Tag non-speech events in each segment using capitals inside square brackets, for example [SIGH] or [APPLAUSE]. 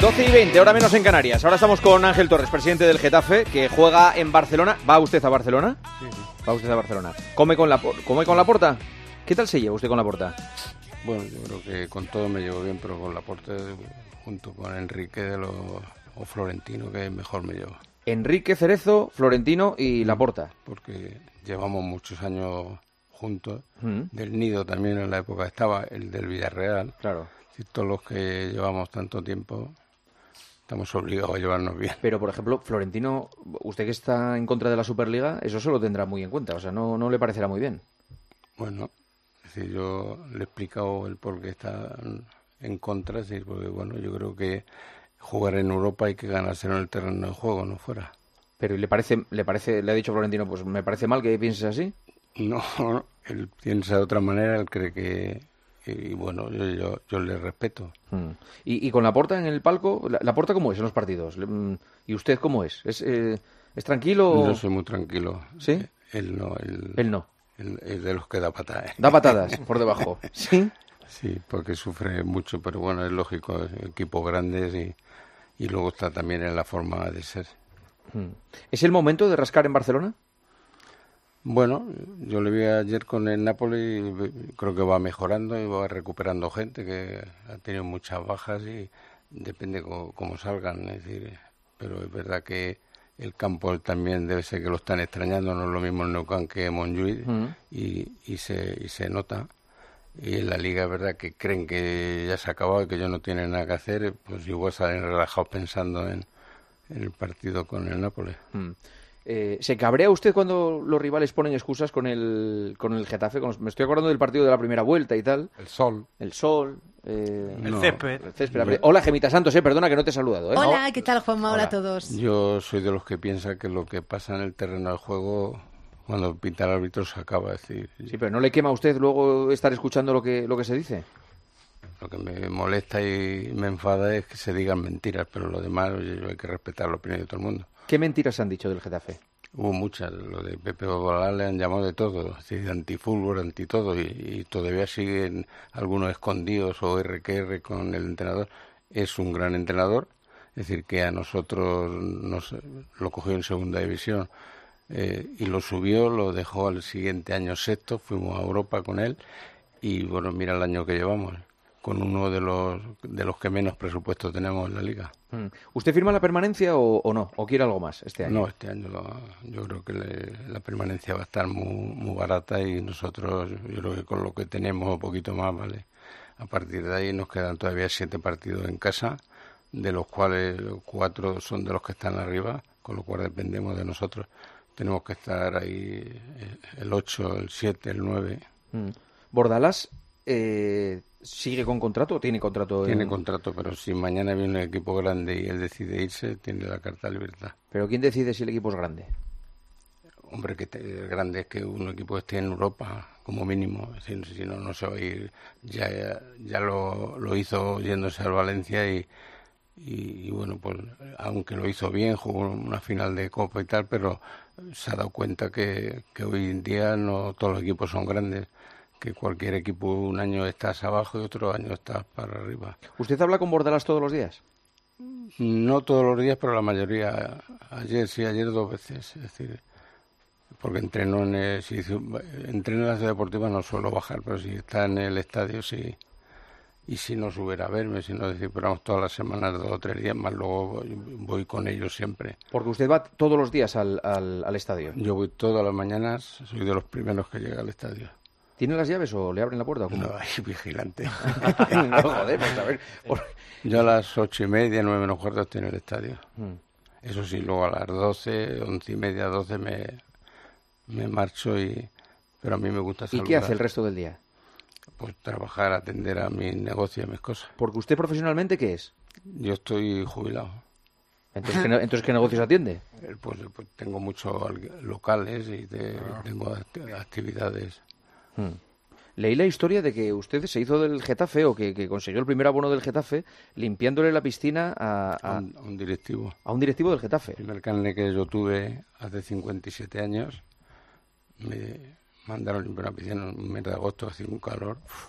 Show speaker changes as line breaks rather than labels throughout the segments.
12 y 20, ahora menos en Canarias. Ahora estamos con Ángel Torres, presidente del Getafe, que juega en Barcelona. ¿Va usted a Barcelona? Sí, sí. Va usted a Barcelona. ¿Come con la, por- come con la porta? ¿Qué tal se lleva usted con la porta?
Bueno, yo creo que con todo me llevo bien, pero con Laporte, junto con Enrique de los, o Florentino, que mejor me llevo. Mm,
Enrique Cerezo, Florentino y la porta.
Porque llevamos muchos años juntos.
Mm.
Del Nido también en la época estaba, el del Villarreal.
Claro.
Es decir, todos los que llevamos tanto tiempo estamos obligados a llevarnos bien.
Pero, por ejemplo, Florentino, usted que está en contra de la Superliga, eso se lo tendrá muy en cuenta. O sea, no, no le parecerá muy bien.
Bueno, es decir, yo le he explicado el por qué está en contra, es decir, porque bueno, yo creo que jugar en Europa hay que ganárselo en el terreno de juego, no fuera.
Pero ¿y le parece, le parece, le ha dicho Florentino, pues me parece mal que pienses así.
No, no, él piensa de otra manera, él cree que... Y bueno, yo, yo, yo le respeto.
Mm. Y, y con la porta en el palco, la, la porta cómo es en los partidos. Le- mm, ¿Y usted cómo es? ¿Es, eh, ¿es tranquilo? o-
Yo soy muy tranquilo.
¿Sí?
Eh, Él no, él,
Él no.
él es de los que da patadas.
Da patadas por
[LAUGHS]
debajo. Sí.
Sí, porque sufre mucho, pero bueno, es lógico, es equipos grandes y, y luego está también en la forma de ser.
Mm. ¿Es el momento de rascar en Barcelona?
Bueno, yo le vi ayer con el Napoli, y ve- creo que va mejorando y va recuperando gente que ha tenido muchas bajas y depende co- cómo salgan, es decir, pero es verdad que el campo también debe ser que lo están extrañando, no es lo mismo en Nou Camp que en Montjuïc
Ujú.
y, y se, y se nota. Y en la liga es verdad que creen que ya se ha acabado y que ellos no tienen nada que hacer, pues igual salen relajados pensando en, en el partido con el Nápoles.
Mm. Eh, ¿Se cabrea usted cuando los rivales ponen excusas con el, con el Getafe? Con los- me estoy acordando del partido de la primera vuelta y tal.
El sol.
El sol. eh,
No.
el césped, la pre- Hola, Gemita Santos, eh, perdona que no te he saludado. eh.
Hola, ¿qué tal Juanma? Hola,
Hola.
a todos.
Yo soy de los que piensa que lo que pasa en el terreno del juego, cuando pinta el árbitro, se acaba. Es decir,
Sí, pero ¿no le quema a usted luego estar escuchando lo que, lo que se dice?
lo que me molesta y me enfada es que se digan mentiras, pero lo demás oye, hay que respetar la opinión de todo el mundo.
¿Qué mentiras han dicho del Getafe?
Hubo muchas, lo de Pepe Bobalá le han llamado de todo, es decir, de antifútbol, anti todo, y, y todavía siguen algunos escondidos o RQR con el entrenador. Es un gran entrenador, es decir, que a nosotros nos lo cogió en segunda división eh, y lo subió, lo dejó al siguiente año sexto, fuimos a Europa con él y bueno, mira el año que llevamos, con uno de los, de los que menos presupuesto tenemos en la liga.
Mm. ¿Usted firma la permanencia o, o no? ¿O quiere algo más este año?
No, este año lo- yo creo que le- la permanencia va a estar muy, muy barata y nosotros, yo creo que con lo que tenemos un poquito más, ¿vale? A partir de ahí nos quedan todavía siete partidos en casa, de los cuales cuatro son de los que están arriba, con lo cual dependemos de nosotros. Tenemos que estar ahí eh, el 8, el 7, el 9.
Mm. ¿Bordalás eh, sigue con contrato o tiene contrato?
Tiene
en-
contrato, pero si mañana viene un equipo grande y él decide irse, tiene la carta de libertad.
¿Pero quién decide si el equipo es grande?
Hombre, que te- grande es que un equipo esté en Europa, como mínimo. Si, si no, no se va a ir. Ya, ya lo, lo hizo yéndose al Valencia y, y, y bueno, pues aunque lo hizo bien, jugó una final de Copa y tal, pero se ha dado cuenta que, que hoy en día no todos los equipos son grandes. Que cualquier equipo un año estás abajo y otro año estás para arriba.
¿Usted habla con Bordalás todos los días?
No todos los días, pero la mayoría. Ayer sí, ayer dos veces. Es decir, porque entreno en el, si hice un- entreno en la ciudad deportiva no suelo bajar, pero si está en el estadio sí. Y si no subiera a verme, si no decir, pero vamos todas las semanas dos o tres días más, luego voy, voy con ellos siempre.
Porque usted va todos los días al, al- al estadio.
Yo voy todas las mañanas, soy de los primeros que llega al estadio.
¿Tiene las llaves o le abren la puerta? o cómo?
No hay vigilante.
[LAUGHS] No, joder, pues, a ver, por-
Yo a las ocho y media, nueve menos cuarto estoy en el estadio.
Mm.
Eso sí, luego a las doce, once y media, doce me, me marcho y... Pero a mí me gusta
¿Y
saludar.
qué hace el resto del día?
Pues trabajar, atender a mis negocios y a mis cosas.
Porque usted profesionalmente, ¿qué es?
Yo estoy jubilado.
Entonces, ¿qué, ne- entonces, ¿qué negocios atiende?
Eh, Pues, pues tengo muchos al- locales y te-
Ah.
tengo act- actividades.
Leí la historia de que usted se hizo del Getafe o que, que consiguió el primer abono del Getafe limpiándole la piscina a,
a
a-
un, a un directivo.
a un directivo del Getafe.
El primer carnet que yo tuve hace 57 años, me mandaron limpiar una piscina en un mes de agosto, hacía un calor. uf,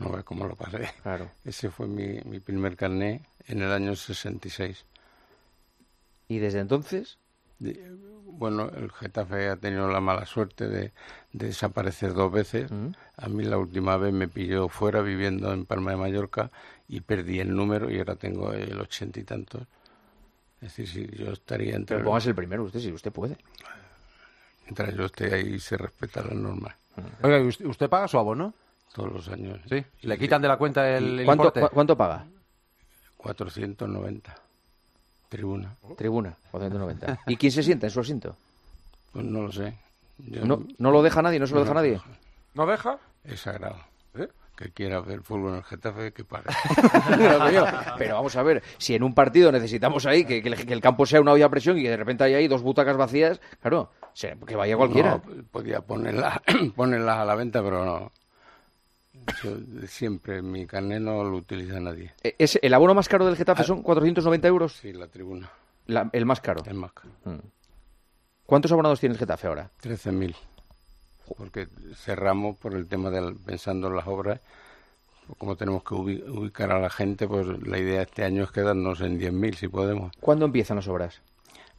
no ves cómo lo pasé.
Claro.
Ese fue mi, mi primer carnet en el año 66.
Y desde entonces,
Y, Bueno, el Getafe ha tenido la mala suerte de, de desaparecer dos veces. A mí la última vez me pilló fuera viviendo en Palma de Mallorca y perdí el número y ahora tengo el ochenta y tantos. Es decir, si yo estaría entre...
pero
los-
póngase el primero usted, si usted puede.
Mientras yo esté ahí se respeta la norma
Oiga, ¿y usted- ¿usted paga su abono?
todos los años.
Sí. ¿Le quitan de la cuenta el, el
¿Cuánto,
importe?
cua- cuánto paga?
490. Tribuna.
Tribuna, 490. ¿Y quién se sienta en su asiento?
Pues no lo sé. [LAUGHS] Yo-
No, no lo deja nadie, no se lo deja nadie.
¿No deja?
Es
[LAUGHS]
sagrado. Que quiera ver fútbol en el Getafe, que pague.
Pero, coño, pero vamos a ver, si en un partido necesitamos ahí que, que el, que el campo sea una olla a presión y que de repente hay ahí dos butacas vacías, claro, se- [LAUGHS] que vaya cualquiera.
No, podía ponerlas [CLEARS THROAT] ponerlas a la venta, pero no. Yo siempre mi carnet no lo utiliza nadie.
E- es- el abono más caro del Getafe son 490 euros,
Ah. Sí, la tribuna.
la- el más caro. Mm.
Es más. caro.
¿Cuántos abonados tiene el Getafe ahora?
13.000. Porque cerramos por el tema del pensando en las obras. Como tenemos que ubi- ubicar a la gente, pues la idea este año es quedarnos en 10.000 si podemos.
¿Cuándo empiezan las obras?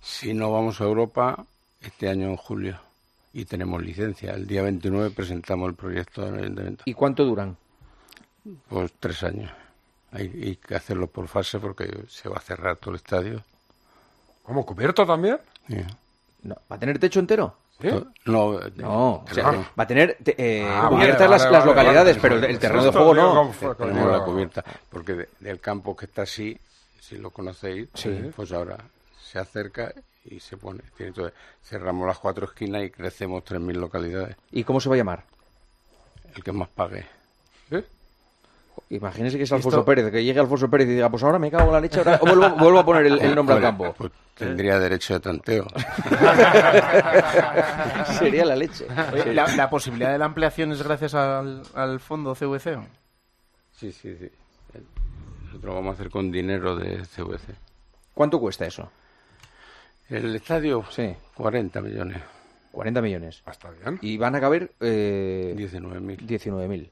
Si no vamos a Europa, este año en julio. Y tenemos licencia. El día 29 presentamos el proyecto en el ayuntamiento.
¿Y cuánto duran?
Pues tres años. Hay, hay que hacerlo por fase porque se va a cerrar todo el estadio.
¿Cómo cubierto también?
Ya.
No, ¿Va a tener techo entero?
¿Sí?
To- No, eh,
No, o sea,
claro,
va a tener te- eh,
Ah, vale,
cubiertas
vale,
las,
vale, vale,
las localidades,
vale.
pero el, el terreno de
Esto,
juego
digo,
no. Eh,
con- con-
tenemos la cubierta. Porque de- del campo que está así, si lo conocéis, pues ahora se acerca y se pone. Tiene todo- cerramos las cuatro esquinas y crecemos 3.000 localidades.
¿Y cómo se va a llamar?
El que más pague.
¿Sí?
Imagínese que es Alfonso Pérez, que llegue Alfonso Pérez y diga, pues ahora me cago en la leche, ahora
[LAUGHS]
vuelvo, vuelvo a poner el, el nombre al
Bueno,
campo.
Pues tendría derecho de tanteo. [LAUGHS]
[LAUGHS] Sería la leche.
Oye, la, la posibilidad de la ampliación es gracias al, al fondo CVC. ¿o?
sí, sí, sí. Nosotros lo vamos a hacer con dinero de CVC.
¿Cuánto cuesta eso?
El estadio,
Sí.
40 millones.
40 millones.
Ah, Está bien.
Y van a caber eh,
19.000.
19.000.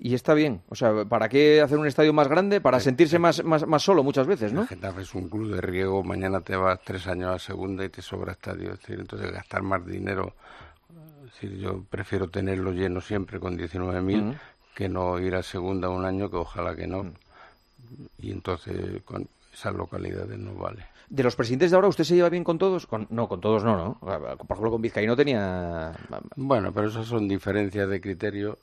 Y está bien. O sea, ¿para qué hacer un estadio más grande? Para sentirse más, más, más solo muchas veces,
El
¿no?
Getafe es un club de riego, mañana te vas tres años a segunda y te sobra estadio. Es decir, entonces gastar más dinero. Es decir, yo prefiero tenerlo lleno siempre con 19.000 que no ir a segunda un año, que ojalá que no. Y entonces con esas localidades no vale.
De los presidentes de ahora, ¿usted se lleva bien con todos? Con- no, con todos no, ¿no? Por ejemplo, con Vizcaíno tenía...
Bueno, pero esas son diferencias de criterio,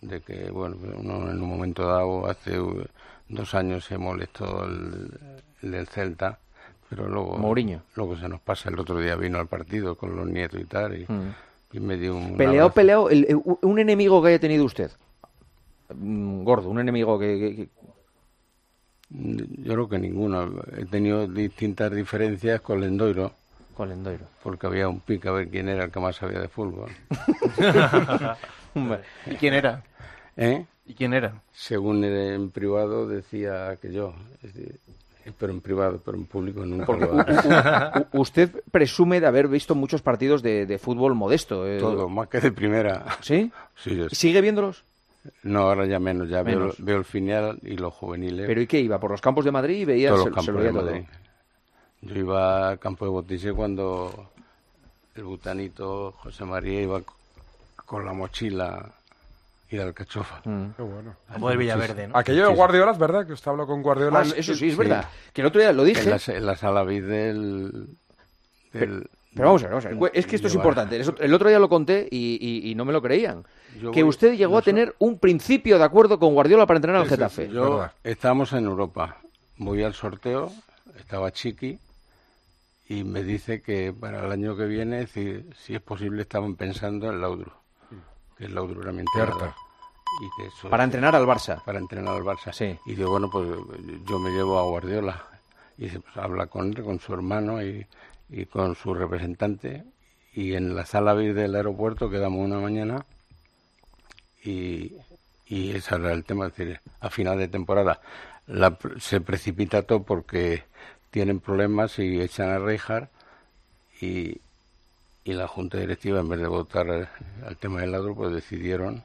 de que, bueno, uno en un momento dado, hace eh, dos años se molestó el, el del Celta, pero luego...
Mourinho.
Luego se nos pasa, el otro día vino al partido con los nietos y tal, y, y me dio un...
Peleado,
abrazo.
peleado. el- el- un enemigo que haya tenido usted. Mm, Gordo, un enemigo que- que- que,
Yo creo que ninguno. He tenido distintas diferencias con Lendoiro,
Con Lendoiro.
porque había un pico a ver quién era el que más sabía de
[LAUGHS]
fútbol.
¿Y quién era?
¿Eh?
¿Y quién era?
Según en privado decía que yo, es decir, eh, pero en privado, pero en público nunca lo hago.
U- Usted presume de haber visto muchos partidos de, de fútbol modesto. eh.
Todo, más que de primera.
¿Sí?
Sí, yo-
¿Sigue viéndolos?
No, ahora ya menos, ya veo-
Menos.
Veo, el final y los juveniles.
¿Pero y qué iba? ¿Por los campos de Madrid y veía
todos los
se- se
campos
lo
de
veía todo?
Madrid. Yo iba al campo de Botiche cuando el butanito José María iba co- con la mochila y la alcachofa.
Qué bueno.
Como el Villaverde, ¿no?
Aquello de Guardiola es verdad que usted habló con Guardiola.
Ah, eso sí, es verdad. Que el otro día lo
En,
dije.
la, en la sala VIP del... del-
Pero vamos a ver, vamos a ver. Es que esto es
Llevar-
importante. Eso- El otro día lo conté y, y- y no me lo creían.
Yo
que
voy-
usted llegó a tener un principio de acuerdo con Guardiola para entrenar al Getafe.
Yo
Verdad.
estábamos en Europa. Voy al sorteo, estaba Chiqui y me dice que para el año que viene, si, si es posible, estaban pensando en Laudru. Que el Laudru era mi entrenador.
Cierto.
Y que eso-
Para entrenar al Barça.
para entrenar al Barça.
Sí.
Y digo, bueno, pues yo me llevo a Guardiola. y se- pues, habla con él, con su hermano y, y con su representante. Y en la sala VIP del aeropuerto quedamos una mañana y, y ese era el tema, es decir, a final de temporada la pr- se precipita todo porque tienen problemas y echan a Reijar y, y la Junta Directiva, en vez de votar al- al tema del ladro, pues decidieron...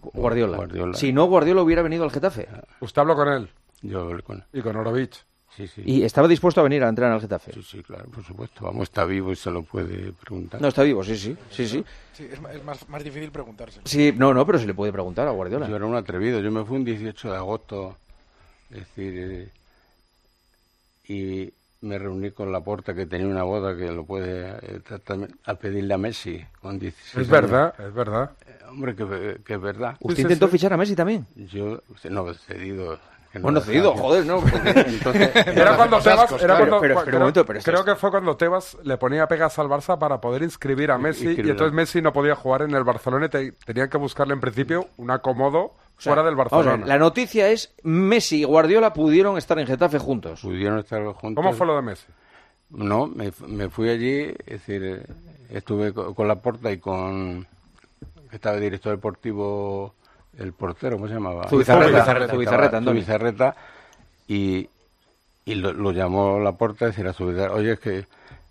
Guardiola. Si no, Guardiola hubiera venido al Getafe.
Usted habló con él
Yo hablé con él.
y con Orovich.
Sí,
[LAUGHS]
sí.
Y estaba dispuesto a venir a entrenar al Getafe.
Sí, sí, claro, por supuesto. Vamos, está vivo y se lo puede preguntar.
No, está vivo, sí, sí. Sí, sí.
Sí, es, ma- es más, más difícil preguntárselo.
Sí, no, no, pero se le puede preguntar a Guardiola.
Yo era un atrevido. Yo me fui un 18 de agosto. Es decir, eh, y me reuní con Laporta, que tenía una boda que lo puede eh, tratar, a pedirle a Messi con 16
es
años.
verdad, es verdad.
Eh, Hombre, que, que es verdad.
Usted
sí,
intentó
sí.
fichar a Messi también.
Yo, no, cedido. que no
Bueno,
lo
cedido,
sabía.
joder, no.
Entonces,
Era cuando
Los vascos,
Tebas, era
claro.
cuando,
Pero- pero espera un
creo,
momento, pero esto
creo
es-
que fue cuando Tebas le ponía pegas al Barça para poder inscribir a Messi y
inscribirlo.
entonces Messi no podía jugar en el Barcelona y te- tenían que buscarle en principio un acomodo fuera del
Vamos a ver,
Barcelona.
la noticia es Messi y Guardiola pudieron estar en Getafe juntos.
pudieron estar juntos.
¿Cómo fue lo de Messi?
No, me, fu- me fui allí, es decir, eh, estuve co- con, la porta y con. Estaba el director deportivo, el portero, ¿cómo se llamaba?
Zubizarreta,
Estaba
Zubizarreta, Andoni.
Zubizarreta, y, y lo, lo llamó la porta, decir, a Zubizarreta, oye, es que.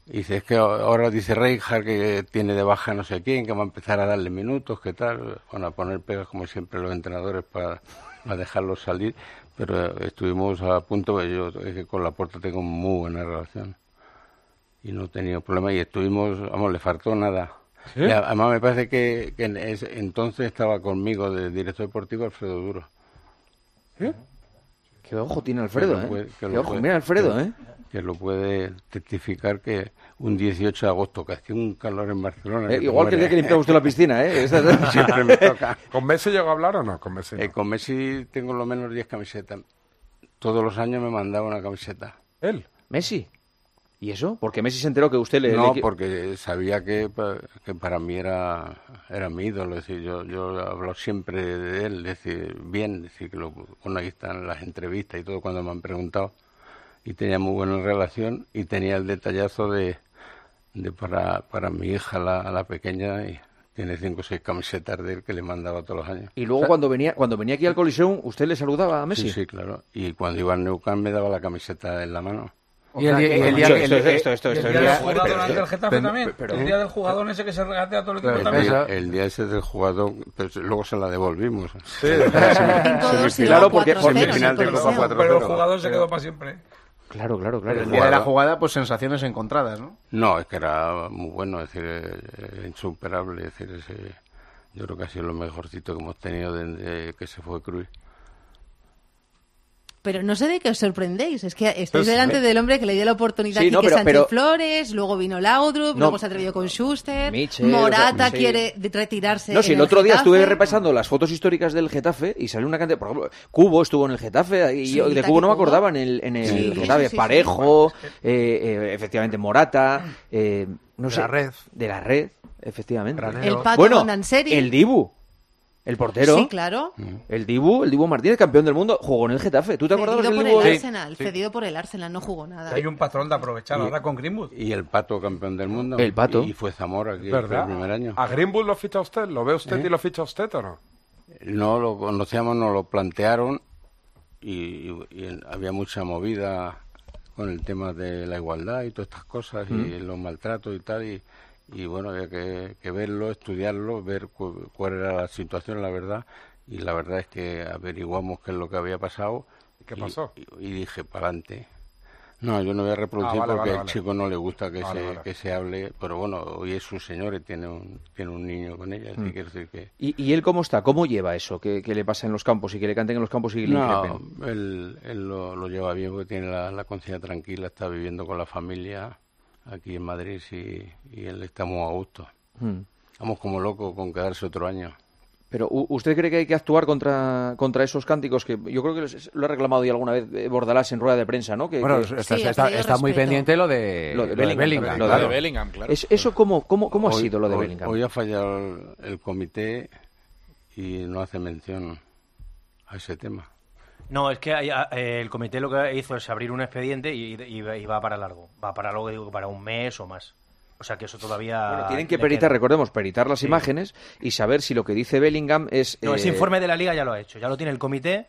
Dice, es que ahora dice Reinhardt que tiene de baja no sé quién, que va a empezar a darle minutos, que tal. Bueno, a poner pegas como siempre los entrenadores para, para dejarlos salir. Pero eh, estuvimos a punto, pues yo es que con la puerta tengo muy buena relación y no he tenido problema y estuvimos, vamos, le faltó nada. Y a- además me parece que, que en ese entonces estaba conmigo de director deportivo Alfredo Duro.
Qué ojo tiene Alfredo,
Que lo
¿eh?
puede- que
Qué
lo
ojo,
puede-
mira Alfredo,
que-
¿eh?
Que lo puede testificar que un 18 de agosto, que hacía un calor en Barcelona.
Eh,
te
igual que el día que
mueres.
limpiaba usted la
[LAUGHS]
piscina, ¿eh? Esa-
Siempre me toca.
[LAUGHS] ¿Con Messi llegó a hablar o no? Con Messi. no.
Eh, con Messi tengo lo menos 10 camisetas. Todos los años me mandaba una camiseta.
Él.
Messi. ¿Y eso? Porque Messi se enteró que usted le...
No,
le-
porque sabía que, pa- que para mí era, era mi ídolo, es decir, yo, yo hablo siempre de él, es decir, bien, es decir, que lo, bueno, ahí están las entrevistas y todo cuando me han preguntado, y tenía muy buena relación, y tenía el detallazo de, de para, para mi hija, la, la pequeña, y tiene cinco o seis camisetas de él que le mandaba todos los años.
Y luego cuando venía cuando venía aquí al Coliseum, ¿usted le saludaba a
Sí,
Messi?
sí, claro, y cuando iba al Neucan me daba la camiseta en la mano.
Y el día- y el día
Esto,
que-
esto,
el-
esto,
Y
esto, esto,
el
esto.
día del jugador ante el Getafe
pero-
también.
¿eh?
el día del jugador ese que se regatea a todo el equipo
Pero-
El
también. [LAUGHS]
día,
Esa-
el día ese del jugador, pues, luego se la devolvimos.
[LAUGHS]
Cinco-dos y
Semifinal,
claro,
luego
porque- porque
4-0 en
final
el
de Copa
Coliseo.
cuatro.
Pero el jugador se quedó para siempre.
Claro, claro, claro.
El día de la jugada, pues sensaciones encontradas, ¿no?
No, es que era muy bueno, es decir, eh, eh, insuperable, es decir, ese, yo creo que ha sido lo mejorcito que hemos tenido desde que se fue Cruz.
Pero no sé de qué os sorprendéis. Es que estáis delante del hombre que le dio la oportunidad
Sí,
a
no,
Quique
pero-
Sánchez
pero-
Flores, luego vino Laudrup,
No.
luego se atrevió con Schuster,
Michel,
Morata
o sea, sí.
quiere de- retirarse.
No, si
este en
el otro día
Getafe.
estuve repasando las fotos históricas del Getafe y salió una cantidad. Por ejemplo, Cubo estuvo en el Getafe y
Sí,
yo de
Taki
Cubo no me
Cubo.
acordaba en el, en el
Sí,
Getafe.
sí, sí,
Parejo, eh, eh, efectivamente Morata, eh, no
De
sé.
la red.
De la red, efectivamente.
Granero.
El Pato
Bueno,
Bondanseri.
el Dibu, el portero.
Sí, claro.
El Dibu, el Dibu Martínez, campeón del mundo, jugó en el Getafe. ¿Tú
Cedido
te acordabas del
por
Dibu?
el
Sí.
Arsenal, cedido por el Arsenal, no jugó nada.
Hay un patrón de aprovechar ahora con Greenwood.
Y el Pato campeón del mundo.
El Pato.
Y fue Zamora que fue el
¿Verdad?
primer año.
¿A Greenwood lo ficha usted? ¿Lo ve
¿Eh?
usted y lo ficha usted o no?
No lo conocíamos, nos lo plantearon y, y- y había mucha movida con el tema de la igualdad y todas estas cosas y los maltratos y tal. Y, y bueno, había que, que verlo, estudiarlo, ver cu- cuál era la situación, la verdad. Y la verdad es que averiguamos qué es lo que había pasado.
¿Y qué pasó?
Y, y dije, para adelante. No, yo no voy a reproducir
Ah, vale,
porque
vale,
al
vale.
chico no le gusta que,
Vale,
se,
vale.
que se hable, pero bueno, hoy es su señor y tiene un, tiene un niño con ella, así
Mm.
que quiero decir que...
¿Y, y él cómo está? ¿Cómo lleva eso? ¿Qué, qué le pasa en los campos y que le canten en los campos y le
No,
increpen?
él, él lo, lo lleva bien porque tiene la, la conciencia tranquila, está viviendo con la familia aquí en Madrid sí, y él está muy a gusto.
Mm.
Estamos como locos con quedarse otro año.
Pero ¿u- ¿usted cree que hay que actuar contra, contra esos cánticos que yo creo que les- lo ha reclamado ya alguna vez eh, Bordalás en rueda de prensa, ¿no? Que,
Bueno,
que-
está, está-
ha
está-
pedido
está muy
respeto.
pendiente lo de,
Lo de
lo de
Bellingham,
Bellingham,
lo de
Lo
claro.
de Bellingham, claro.
es- ¿Eso cómo, cómo, cómo ha
Hoy-
sido lo de
hoy-
Bellingham?
Hoy ha fallado el, el comité y no hace mención a ese tema.
No, es que hay- a- eh, el comité lo que hizo es abrir un expediente y, y- y va para largo. Va para largo, digo, para un mes o más. O sea que eso todavía.
Bueno, tienen que
Ah, le
peritar,
queda.
recordemos, peritar las imágenes y saber si lo que dice Bellingham es...
No, ese
eh,
informe de la liga ya lo ha hecho, ya lo tiene el comité.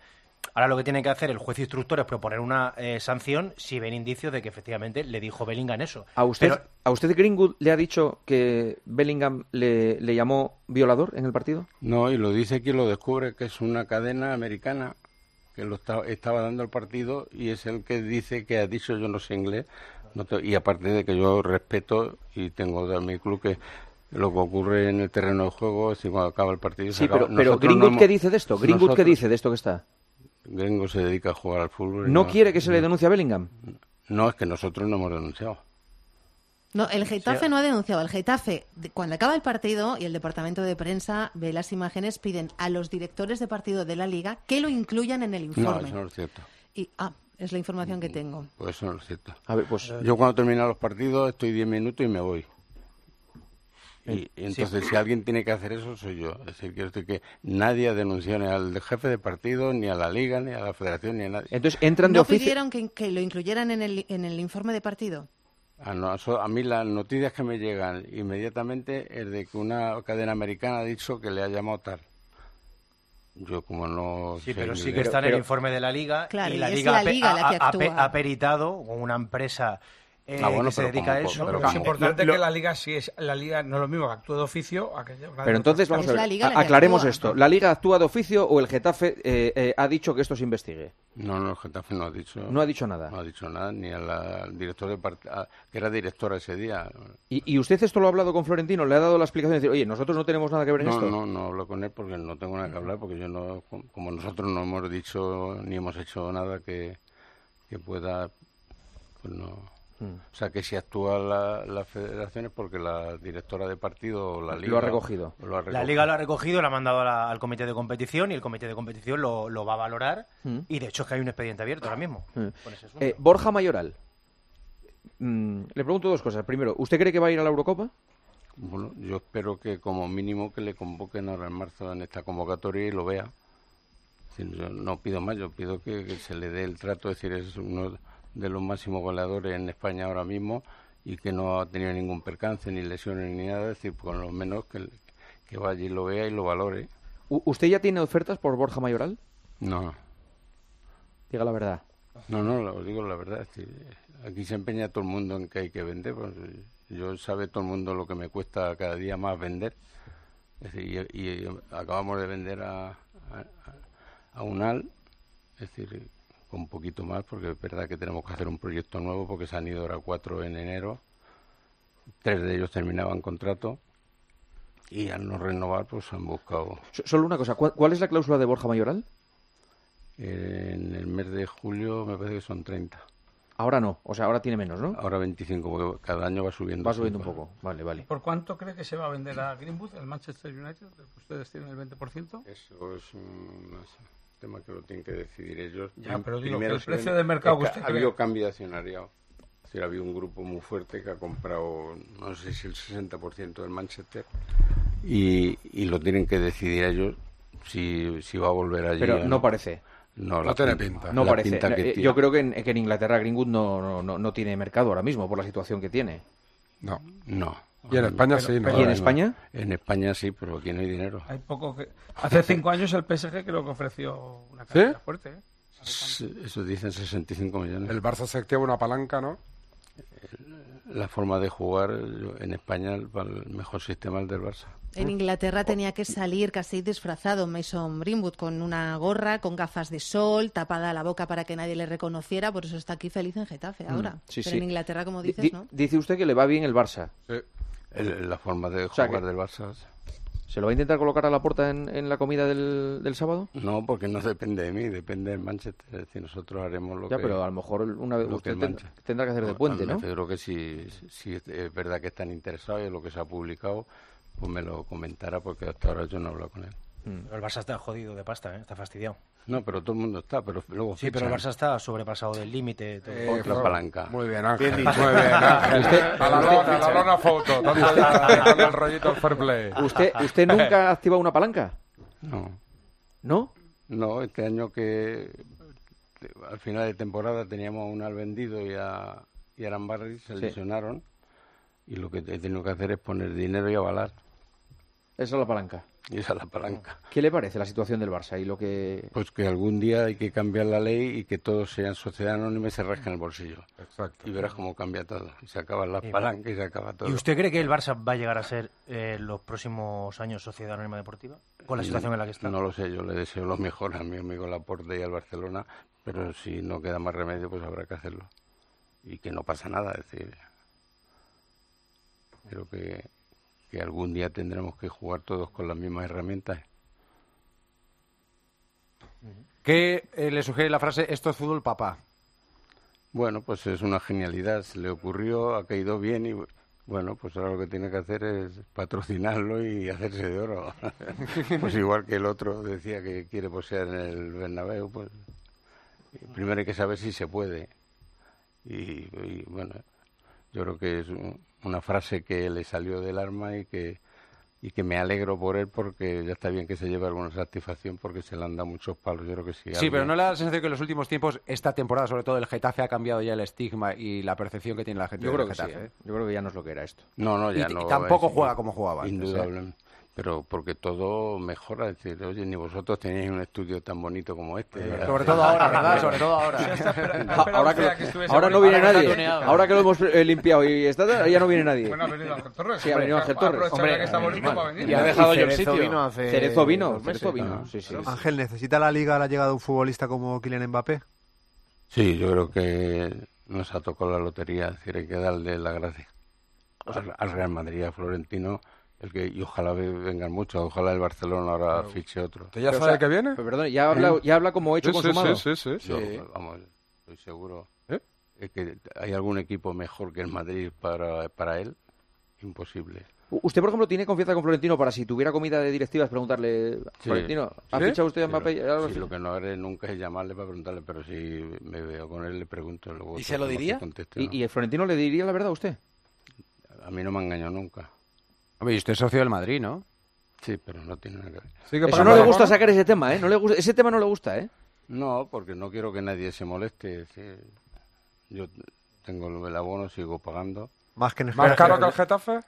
Ahora lo que tiene que hacer el juez instructor es proponer una eh, sanción si ven indicios de que efectivamente le dijo Bellingham eso.
¿A usted,
Pero-
¿A usted Greenwood le ha dicho que Bellingham le, le llamó violador en el partido?
No, y lo dice quien lo descubre, que es una cadena americana que lo esta- estaba dando el partido y es el que dice que ha dicho yo no sé inglés. no te- y aparte de que yo respeto y tengo de mi club que lo que ocurre en el terreno de juego es que cuando acaba el partido. se
Sí, pero,
acaba.
pero
Nosotros no
Greenwood,
hemos-
¿qué dice de esto? ¿Greenwood qué
nosotros-
dice de esto que está?
Gringo se dedica a jugar al fútbol. y
¿No quiere que se le denuncie a Bellingham?
No, es que nosotros no hemos denunciado.
No, el Getafe
Sí.
no ha denunciado. El Getafe, de- cuando acaba el partido y el departamento de prensa ve las imágenes, piden a los directores de partido de la liga que lo incluyan en el
No,
informe.
eso no es cierto.
Y, ah, es la información
Mm.
que tengo.
Pues eso no es cierto.
A ver,
Eh,
pues...
Yo cuando termino los partidos estoy 10 minutos y me voy. Y,
Eh,
y entonces si alguien tiene que hacer eso soy yo. Es decir, quiero decir que nadie ha denunciado ni al jefe de partido, ni a la liga, ni a la federación, ni a nadie.
Entonces entran
¿No pidieron que, que lo incluyeran en el, en el informe de partido?
Ah, no, eso- a mí las noticias que me llegan inmediatamente es de que una cadena americana ha dicho que le ha llamado tal. Yo como no...
Sí,
sé
pero sí
inglés-
que está en el informe de la liga
Claro,
y
y
la
es
liga,
la
ha pe-
liga la
ha,
que
ha pe-
actúa.
ha peritado con una empresa eh,
Ah, bueno,
que se
pero
dedica a
como-
eso.
pero
Lo
como-
importante
Importante
es que
que la liga sí es. La liga no es lo mismo que actúa de oficio. a que-
Pero entonces vamos a ver, a- aclaremos esto. ¿La Liga actúa de oficio o el Getafe eh, eh, ha dicho que esto se investigue?
No, no, el Getafe [LAUGHS] no ha dicho...
No ha dicho nada.
No ha dicho nada, ni a la- al director de part- a- que era directora ese día.
¿Y, y usted esto lo ha hablado con Florentino? ¿Le ha dado la explicación de decir, oye, nosotros no tenemos nada que ver en
No,
esto?
no, no hablo con él porque no tengo nada que hablar, porque yo no, como nosotros no hemos dicho ni hemos hecho nada que, que pueda, pues no.
Mm.
O sea, que si actúa la, la federación es porque la directora de partido o la
Lo
liga...
ha recogido.
lo ha
La
recogido.
liga lo ha recogido, lo ha mandado a la- al comité de competición y el comité de competición lo, lo va a valorar.
Mm.
Y de hecho es que hay un expediente abierto ahora mismo.
Eh,
con ese asunto.
eh, Borja Mayoral. Mm, le pregunto dos cosas. Primero, ¿usted cree que va a ir a la Eurocopa?
Bueno, yo espero que como mínimo que le convoquen ahora en marzo en esta convocatoria y lo vea. Es decir, Yo no pido más, yo pido que, que se le dé el trato, es decir, es uno de los máximos goleadores en España ahora mismo y que no ha tenido ningún percance, ni lesiones, ni nada, es decir, con lo menos que, que vaya y lo vea y lo valore.
U- ¿Usted ya tiene ofertas por Borja Mayoral?
No,
Diga la verdad.
no, no, lo digo la verdad, es decir, aquí se empeña todo el mundo en que hay que vender, pues, yo sabe todo el mundo lo que me cuesta cada día más vender, Es decir, y, y acabamos de vender a, a, a Unal, es decir, con un poquito más, porque es verdad que tenemos que hacer un proyecto nuevo, porque se han ido ahora cuatro en enero, tres de ellos terminaban contrato, y al no renovar, pues han buscado.
So- Solo una cosa, ¿cuál cuál es la cláusula de Borja Mayoral?
eh, en el mes de julio me parece que son 30.
Ahora no, o sea, ahora tiene menos, ¿no?
Ahora 25, porque cada año va subiendo.
Va subiendo un poco, vale, vale.
¿Por cuánto cree que se va a vender a Greenwood, el Manchester United? del que Ustedes tienen el 20%.
Eso es mm, un tema que lo tienen que decidir ellos.
Ya,
Prim-
pero digo,
primero
que el
se
precio
ven-
de mercado
es
que
que
usted
Ha
cree.
habido cambio de accionariado. Es decir, ha habido un grupo muy fuerte que ha comprado, no sé si el 60% del Manchester. Y, y lo tienen que decidir ellos si, si va a volver allí.
Pero
o
no parece.
eh, No,
No
la
tiene
pinta.
No
la
parece.
pinta que
Eh,
tiene.
Yo creo que en, que en Inglaterra Greenwood no, no, no, no tiene mercado ahora mismo por la situación que tiene.
No.
No.
Y en España sí, ¿no?
¿Y en España?
En España sí, pero aquí no hay dinero.
Hay poco que. Hace cinco años el PSG creo que ofreció una cantidad fuerte. ¿eh?
Sí, Eso dicen 65 millones.
El Barça se activa una palanca, ¿no?
La forma de jugar yo- en España, el, el mejor sistema es el del Barça.
En
Oh.
Inglaterra tenía que salir casi disfrazado Mason Greenwood con una gorra, con gafas de sol, tapada la boca para que nadie le reconociera, por eso está aquí feliz en Getafe ahora.
Mm, sí,
Pero
sí.
en Inglaterra, como
Di-
dices,
di-
Eh,
¿no.
Dice usted que le va bien el Barça.
El- la forma de
sea
jugar
que-
del Barça.
¿Se lo va a intentar colocar a la puerta en, en la comida del, del sábado?
No, porque no depende de mí, depende del Manchester. Es decir, nosotros haremos lo
ya,
que.
pero a lo mejor una vez
lo que
usted
el
ten-
Manchester.
tendrá que hacer de puente,
me
¿no?
Creo que si, si es verdad que están interesados y es lo que se ha publicado, pues me lo comentara, porque hasta ahora yo no he hablado con él.
Mm.
Pero el Barça está jodido de pasta, ¿eh? está fastidiado.
No, pero todo el mundo está, pero luego.
Sí, pero el
fichan.
Barça está sobrepasado del límite. todo.
Eh, Otra Fran, palanca.
Muy bien, Ángel.
Bien dicho.
Muy bien, Ángel.
[LAUGHS] Usted-
a la
usted-
lona, a la lona
[LAUGHS]
foto. Dándole dándole el rollito al fair play.
¿Usted, ¿Usted
[LAUGHS]
nunca ha activado una palanca?
No.
¿No?
No, este año que te- al final de temporada teníamos a Unal vendido y a, y a Arambarri, se
Sí.
lesionaron. Y lo que he tenido que hacer es poner dinero y avalar.
Esa es la palanca.
Y esa es la palanca.
Ah. ¿Qué le parece la situación del Barça y lo que
Pues que algún día hay que cambiar la ley y que todos sean sociedad anónima y se rasquen el bolsillo.
Exacto.
Y verás cómo cambia todo. Y se acaban
Eh,
las palancas y se acaba todo.
¿Y usted cree que el Barça va a llegar a ser eh, los próximos años Sociedad Anónima Deportiva? Con la situación en la que está.
No lo sé, yo le deseo lo mejor a mi amigo Laporte y al Barcelona, pero si no queda más remedio, pues habrá que hacerlo. Y que no pasa nada, es decir. Creo que, que algún día tendremos que jugar todos con las mismas herramientas.
¿Qué eh, le sugiere la frase esto es fútbol papá?
Bueno, pues es una genialidad, se le ocurrió, ha caído bien y bueno, pues ahora lo que tiene que hacer es patrocinarlo y hacerse de oro. [LAUGHS] pues igual que el otro decía que quiere poseer en el Bernabéu, pues primero hay que saber si se puede. Y, y, bueno, yo creo que es un- una frase que le salió del arma y que y que me alegro por él porque ya está bien que se lleve alguna satisfacción porque se le han dado muchos palos. Yo creo que si
Sí, pero
alguien-
¿no le da la sensación que en los últimos tiempos, esta temporada sobre todo, el Getafe ha cambiado ya el estigma y la percepción que tiene la gente
Yo
del
creo que
Getafe?
sí, ¿eh? Yo creo que ya no es lo que era esto.
No, no, ya
Y- y
no.
tampoco
es
juega como jugaba antes,
Indudable.
¿eh?
Pero porque todo mejora. Es decir, oye, ni vosotros teníais un estudio tan bonito como este.
verdad. Eh, Sobre
[LAUGHS]
todo ahora, ¿verdad? Sobre todo ahora. Sí, hasta espera- esperaba
Ah, ahora que,
que
lo-
estuviese
ahora no
bonito.
viene
Ahora está
nadie.
tuneado.
Ahora que lo hemos eh, limpiado y está, ya no viene nadie.
Bueno, ha venido Ángel Torres.
Sí, ha venido
Hombre,
Ángel Torres. eh,
aprovecha ahora que está bonito para venir.
Y ha
Y
dejado yo el
Cerezo
sitio.
vino hace
Cerezo vino,
dos meses.
Cerezo vino.
Ah.
Sí, sí.
Ángel, ¿necesita la liga la llegada de un futbolista como Kylian Mbappé?
Sí, yo creo que nos ha tocado la lotería. Es decir, hay que darle la gracia al, al Real Madrid, a Florentino. El que, y ojalá ve- vengan muchos. Ojalá el Barcelona ahora Ah, fiche otro.
¿Que ya
Pero,
sabe
o sea,
que viene?
pero perdón, ya habla- ya habla como hecho
Sí, sí,
consumado.
Sí, sí, sí.
¿Eh? Yo, vamos, estoy seguro.
¿Eh?
Es que hay algún equipo mejor que el Madrid para, para él. Imposible.
U- ¿Usted, por ejemplo, tiene confianza con Florentino para si tuviera comida de directivas preguntarle,
Sí.
Florentino, ¿ha
Sí.
fichado usted a
Sí, lo-
Mbappé? Algo
sí,
así.
lo que no haré nunca es llamarle para preguntarle, pero si me veo con él le pregunto. Luego
¿Y
otro
se lo
que
diría?
conteste,
¿Y,
¿no?
y el Florentino le diría la verdad a usted?
A mí no me engañó nunca.
Hombre, y usted es socio del Madrid, ¿no?
Sí, pero no tiene nada que ver.
Eso no le gusta sacar ese tema, ¿eh? No le gusta, ese tema no le gusta, ¿eh?
No, porque no quiero que nadie se moleste. sí. Yo tengo el abono, sigo pagando.
Más que en
¿Más caro que el Getafe?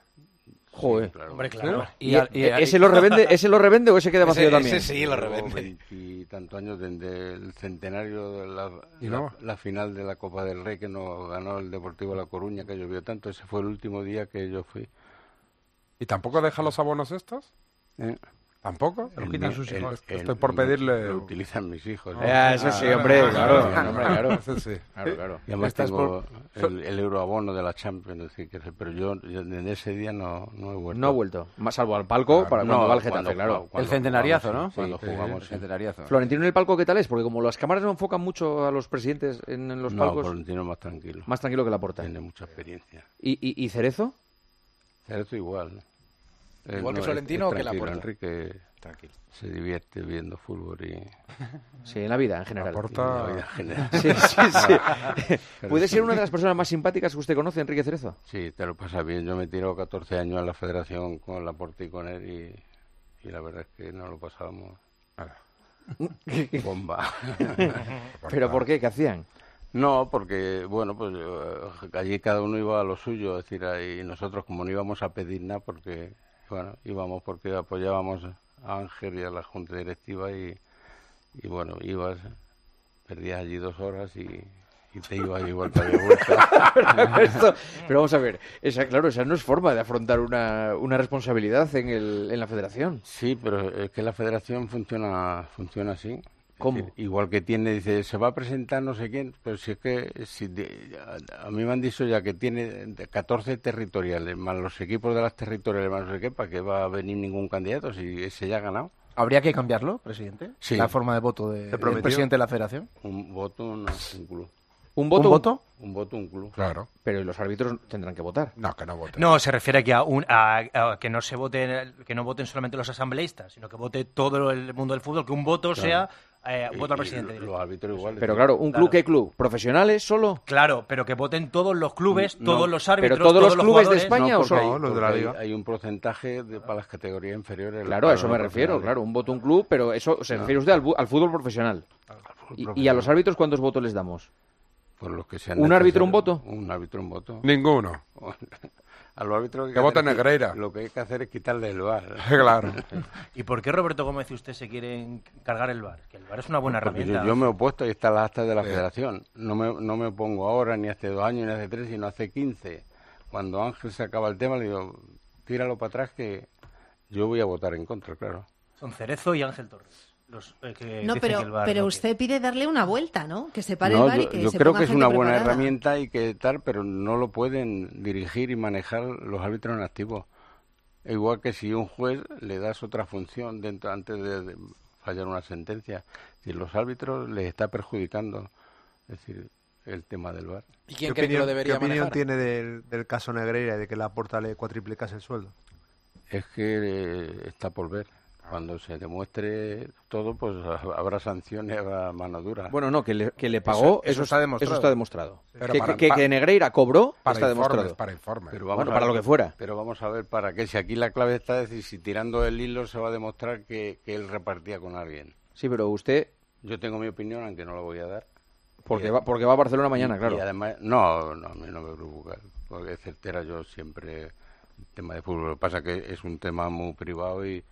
Joder.
claro.
Hombre,
claro.
¿Y, e- ¿Ese lo revende, ese lo revende o ese queda vacío también?
Y tanto años desde el centenario de la,
Y
la-
no.
la final de la Copa del Rey que nos ganó el Deportivo La Coruña, que llovió tanto. Ese fue el último día que yo fui.
¿Y tampoco deja los abonos estos?
¿Eh?
¿Tampoco?
El mío- el- el-
Estoy por pedirle...
Lo utilizan mis hijos. ¿eh?
Ah, eso sí, hombre, claro, hombre, claro.
Eso sí.
Claro, claro.
Y además
Estás
tengo
por-
el, el euroabono de la Champions, es decir, que- pero yo, yo en ese día no, no he vuelto. Ah,
No ha vuelto. Más salvo al palco para cuando
No,
va al Getafe, claro.
cuando
El centenariazo,
jugamos, sí,
¿no?
Cuando
Sí,
jugamos,
el
sí.
Florentino en el palco, ¿qué tal es? Porque como las cámaras no enfocan mucho a los presidentes en, en los
No,
palcos,
Florentino más tranquilo.
más tranquilo que la porta.
Tiene mucha experiencia.
¿Y, y, y Cerezo?
Cerezo igual. Eh,
Igual que
es-
Florentino
es
o que
tranquilo,
Laporta.
Enrique
Tranquilo.
se divierte viendo fútbol y... [LAUGHS]
Sí, en la vida en general.
Laporta- En la vida en general.
Sí, sí, sí.
[LAUGHS] Pero
[LAUGHS] ¿Puede
sí.
ser una de las personas más simpáticas que usted conoce, Enrique Cerezo?
Sí, te lo pasa bien. Yo me tiro 14 años a la federación con la y con él y, y la verdad es que no lo pasábamos. [LAUGHS] Bomba.
[LAUGHS] ¿Pero por qué? ¿Qué hacían? [LAUGHS]
No, porque, bueno, pues eh, allí cada uno iba a lo suyo, es decir, ahí nosotros como no íbamos a pedir nada, porque, bueno, íbamos porque apoyábamos a Ángel y a la Junta Directiva y, y bueno, ibas, perdías allí dos horas y, y te ibas igual para de vuelta.
Esto- pero vamos a ver, esa, claro, esa no es forma de afrontar una, una responsabilidad en, el, en la federación.
Sí, pero es que la federación funciona funciona así. Es
¿Cómo?
decir, igual que tiene, dice, se va a presentar no sé quién, pero si es que si de- a, a mí me han dicho ya que tiene de 14 territoriales, más los equipos de las territoriales, más no sé qué, para que va a venir ningún candidato si ese ya ha ganado.
¿Habría que cambiarlo, presidente?
Sí.
La forma de voto de-
¿Te
del
prometió?
presidente de la federación.
Un voto, un, un club.
¿Un
voto? ¿Un voto?
Un voto, un club.
Claro.
Pero ¿y los árbitros tendrán que votar.
No, que no voten.
No, se refiere que a, un, a- a que no se voten, que no voten solamente los asambleístas, sino que vote todo el mundo del fútbol, que un voto
Claro.
sea eh,
Y-
voto al
y
presidente.
lo-
directo.
Los árbitros iguales.
Pero claro, ¿un club qué club? ¿Profesionales solo?
Claro, pero que voten todos los clubes,
No,
todos los árbitros,
pero todos los clubes de
jugadores.
España o
porque
solo
hay- porque hay- Hay un porcentaje de- para las categorías inferiores.
Claro, a eso me refiero, claro, un voto un club, pero eso se refiere usted al, bu- al fútbol profesional. Y, y a los árbitros cuántos votos les damos?
Por los que sean
¿Un árbitro un
necesarios.
voto?
Un árbitro un voto.
Ninguno.
[LAUGHS] A los árbitros
Que vote
hacer es-
Negreira.
Lo que hay que hacer es quitarle el
[LAUGHS]
bar. [LAUGHS]
Claro.
¿Y por qué Roberto Gómez y usted se quieren cargar el bar? Que el bar es una buena
Porque
herramienta.
Yo, yo me he opuesto y está la acta de la federación. No me, no me opongo ahora, ni hace dos años, ni hace tres, sino hace quince. Cuando Ángel se acaba el tema, le digo, tíralo para atrás que yo voy a votar en contra, claro.
Son Cerezo y Ángel Torres. Los, eh, que
No,
dicen que el
pero,
VAR
pero
no-
usted pide darle una vuelta, ¿no? Que se pare
No,
el bar
yo
y que
yo
se
creo
ponga
que es
gente
una buena
preparada.
herramienta y que tal, pero no lo pueden dirigir y manejar los árbitros en activo. Igual que si un juez le das otra función dentro antes de, de fallar una sentencia, si los árbitros les está perjudicando, es decir, el tema del bar.
¿Y
¿Qué
quién cree que lo
opinión-
debería
¿Qué opinión
manejar?
tiene del, del caso Negreira y de que la porta le cuatriplicase el sueldo?
Es que eh, está por ver. Cuando se demuestre todo, pues ha- habrá sanciones, habrá mano dura.
Bueno, no, que le, que le pagó.
Eso- eso está demostrado.
Eso está demostrado.
Pero
que,
para-
que-
para-
que Negreira cobró
para
está
informes,
demostrado.
para informes. Pero vamos
bueno,
a
para lo
ver-
que fuera.
Pero vamos a ver para qué. Si aquí la clave está es decir si tirando el hilo se va a demostrar que, que él repartía con alguien.
Sí, pero usted,
Yo tengo mi opinión, aunque no la voy a dar.
porque
Y-
va, porque va a Barcelona mañana,
y-
claro.
Y además, no, no, a mí no me preocupa. Porque es certera yo siempre el tema de fútbol. Lo que pasa es que es un tema muy privado y,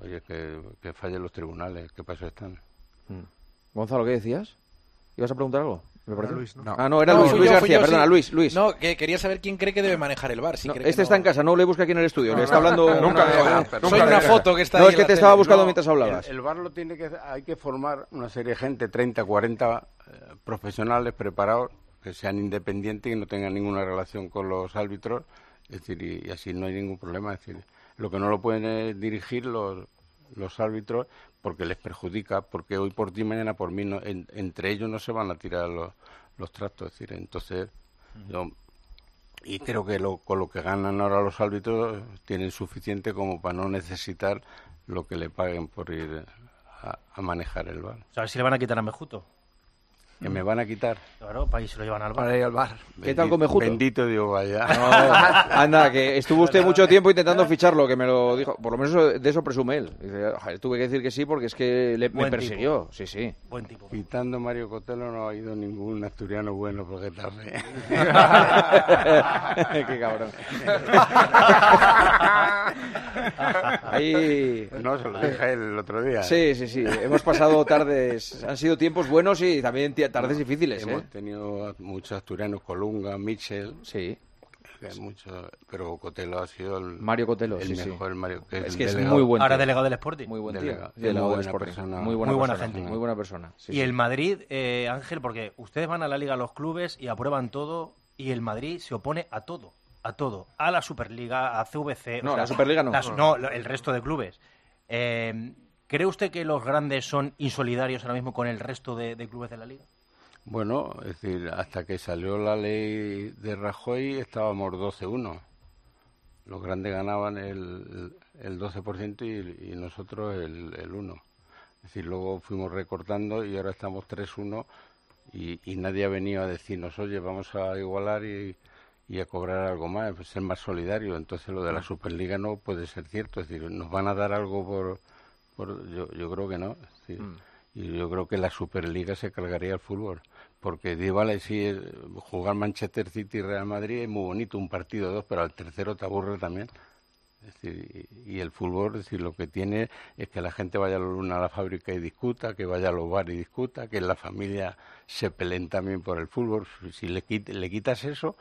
oye, que, que fallen los tribunales. ¿Qué pasa están?
Gonzalo, ¿qué decías? ¿Ibas a preguntar algo? Me parece.
Luis, ¿no?
Ah, no, era
No,
Luis,
fui
Luis
yo, fui yo,
García,
sí.
perdona, Luis, Luis.
No, que quería saber quién cree que debe manejar el bar. Si
No,
cree que
este
no.
está en casa, no le busque aquí en el estudio, le está
No.
[LAUGHS]
hablando.
Nunca
no,
le
no,
verá,
no,
soy
nunca
una
le verá.
foto que está
No,
ahí
es
en
que
la
te estaba
tele.
buscando
No,
mientras hablabas.
El, el bar lo tiene que hay que formar una serie de gente, 30, 40 eh, profesionales preparados que sean independientes y no tengan ninguna relación con los árbitros, es decir, y, y así no hay ningún problema, es decir, lo que no lo pueden es dirigir los los árbitros porque les perjudica, porque hoy por ti, mañana por mí, no- en- entre ellos no se van a tirar los, los trastos, es decir, entonces yo y creo que lo- con lo que ganan ahora los árbitros tienen suficiente como para no necesitar lo que le paguen por ir a, a manejar el bar.
O sea, a ver si le van a quitar a Mejuto.
Que me van a quitar.
Claro, para ahí se lo llevan al bar.
Para ir al bar.
¿Qué tal con Mejuto?
Bendito Dios vaya.
[LAUGHS] No, anda, que estuvo usted mucho tiempo intentando ficharlo, que me lo dijo. Por lo menos eso- de eso presume él. Dice, "Joder, tuve que decir que sí porque es que le- me
Buen
persiguió.
[LAUGHS]
Sí, sí.
Buen tipo.
Quitando Mario Cotelo no ha ido ningún asturiano bueno por
[LAUGHS]
Getafe.
Qué cabrón. [LAUGHS] Ahí-
No, se lo dije a él el otro día.
Sí, sí, sí. Hemos pasado tardes. Han sido tiempos buenos y también ti- tardes difíciles. ¿eh?
Hemos tenido a muchos asturianos, Colunga, Mitchell.
Sí.
Mucho, pero Cotelo ha sido el,
Mario Cotelo,
el
sí, sí.
mejor Mario.
Es
el
que es
delegado.
muy buen
Ahora
tío.
delegado del Sporting.
Muy buen tío.
Delegado.
Delegado
Muy
del
buena
Sporting.
persona.
Muy buena,
Muy buena
persona,
gente.
Muy buena persona. Sí,
y
sí.
el Madrid, eh, Ángel, porque ustedes van a la Liga a los clubes y aprueban todo y el Madrid se opone a todo, a todo, a la Superliga, a CVC.
No, la Superliga no.
las- no, lo- el resto de clubes. Eh, ¿Cree usted que los grandes son insolidarios ahora mismo con el resto de, de clubes de la Liga?
Bueno, es decir, hasta que salió la ley de Rajoy estábamos 12-1. Los grandes ganaban el, el 12% y, y nosotros el, el 1%. Es decir, luego fuimos recortando y ahora estamos 3-1 y, y nadie ha venido a decirnos, oye, vamos a igualar y, y a cobrar algo más, pues, ser más solidario. Entonces lo de la Superliga no puede ser cierto. Es decir, nos van a dar algo por... por- yo, yo creo que no. Es decir, Y yo creo que la Superliga se cargaría el fútbol. Porque di, vale, sí, eh, jugar Manchester City y Real Madrid es muy bonito, un partido o dos, pero al tercero te aburre también. Es decir, y y el fútbol, es decir, lo que tiene es que la gente vaya a la luna a la fábrica y discuta, que vaya a los bares y discuta, que en la familia se peleen también por el fútbol. Si- Si le, quit- le quitas eso,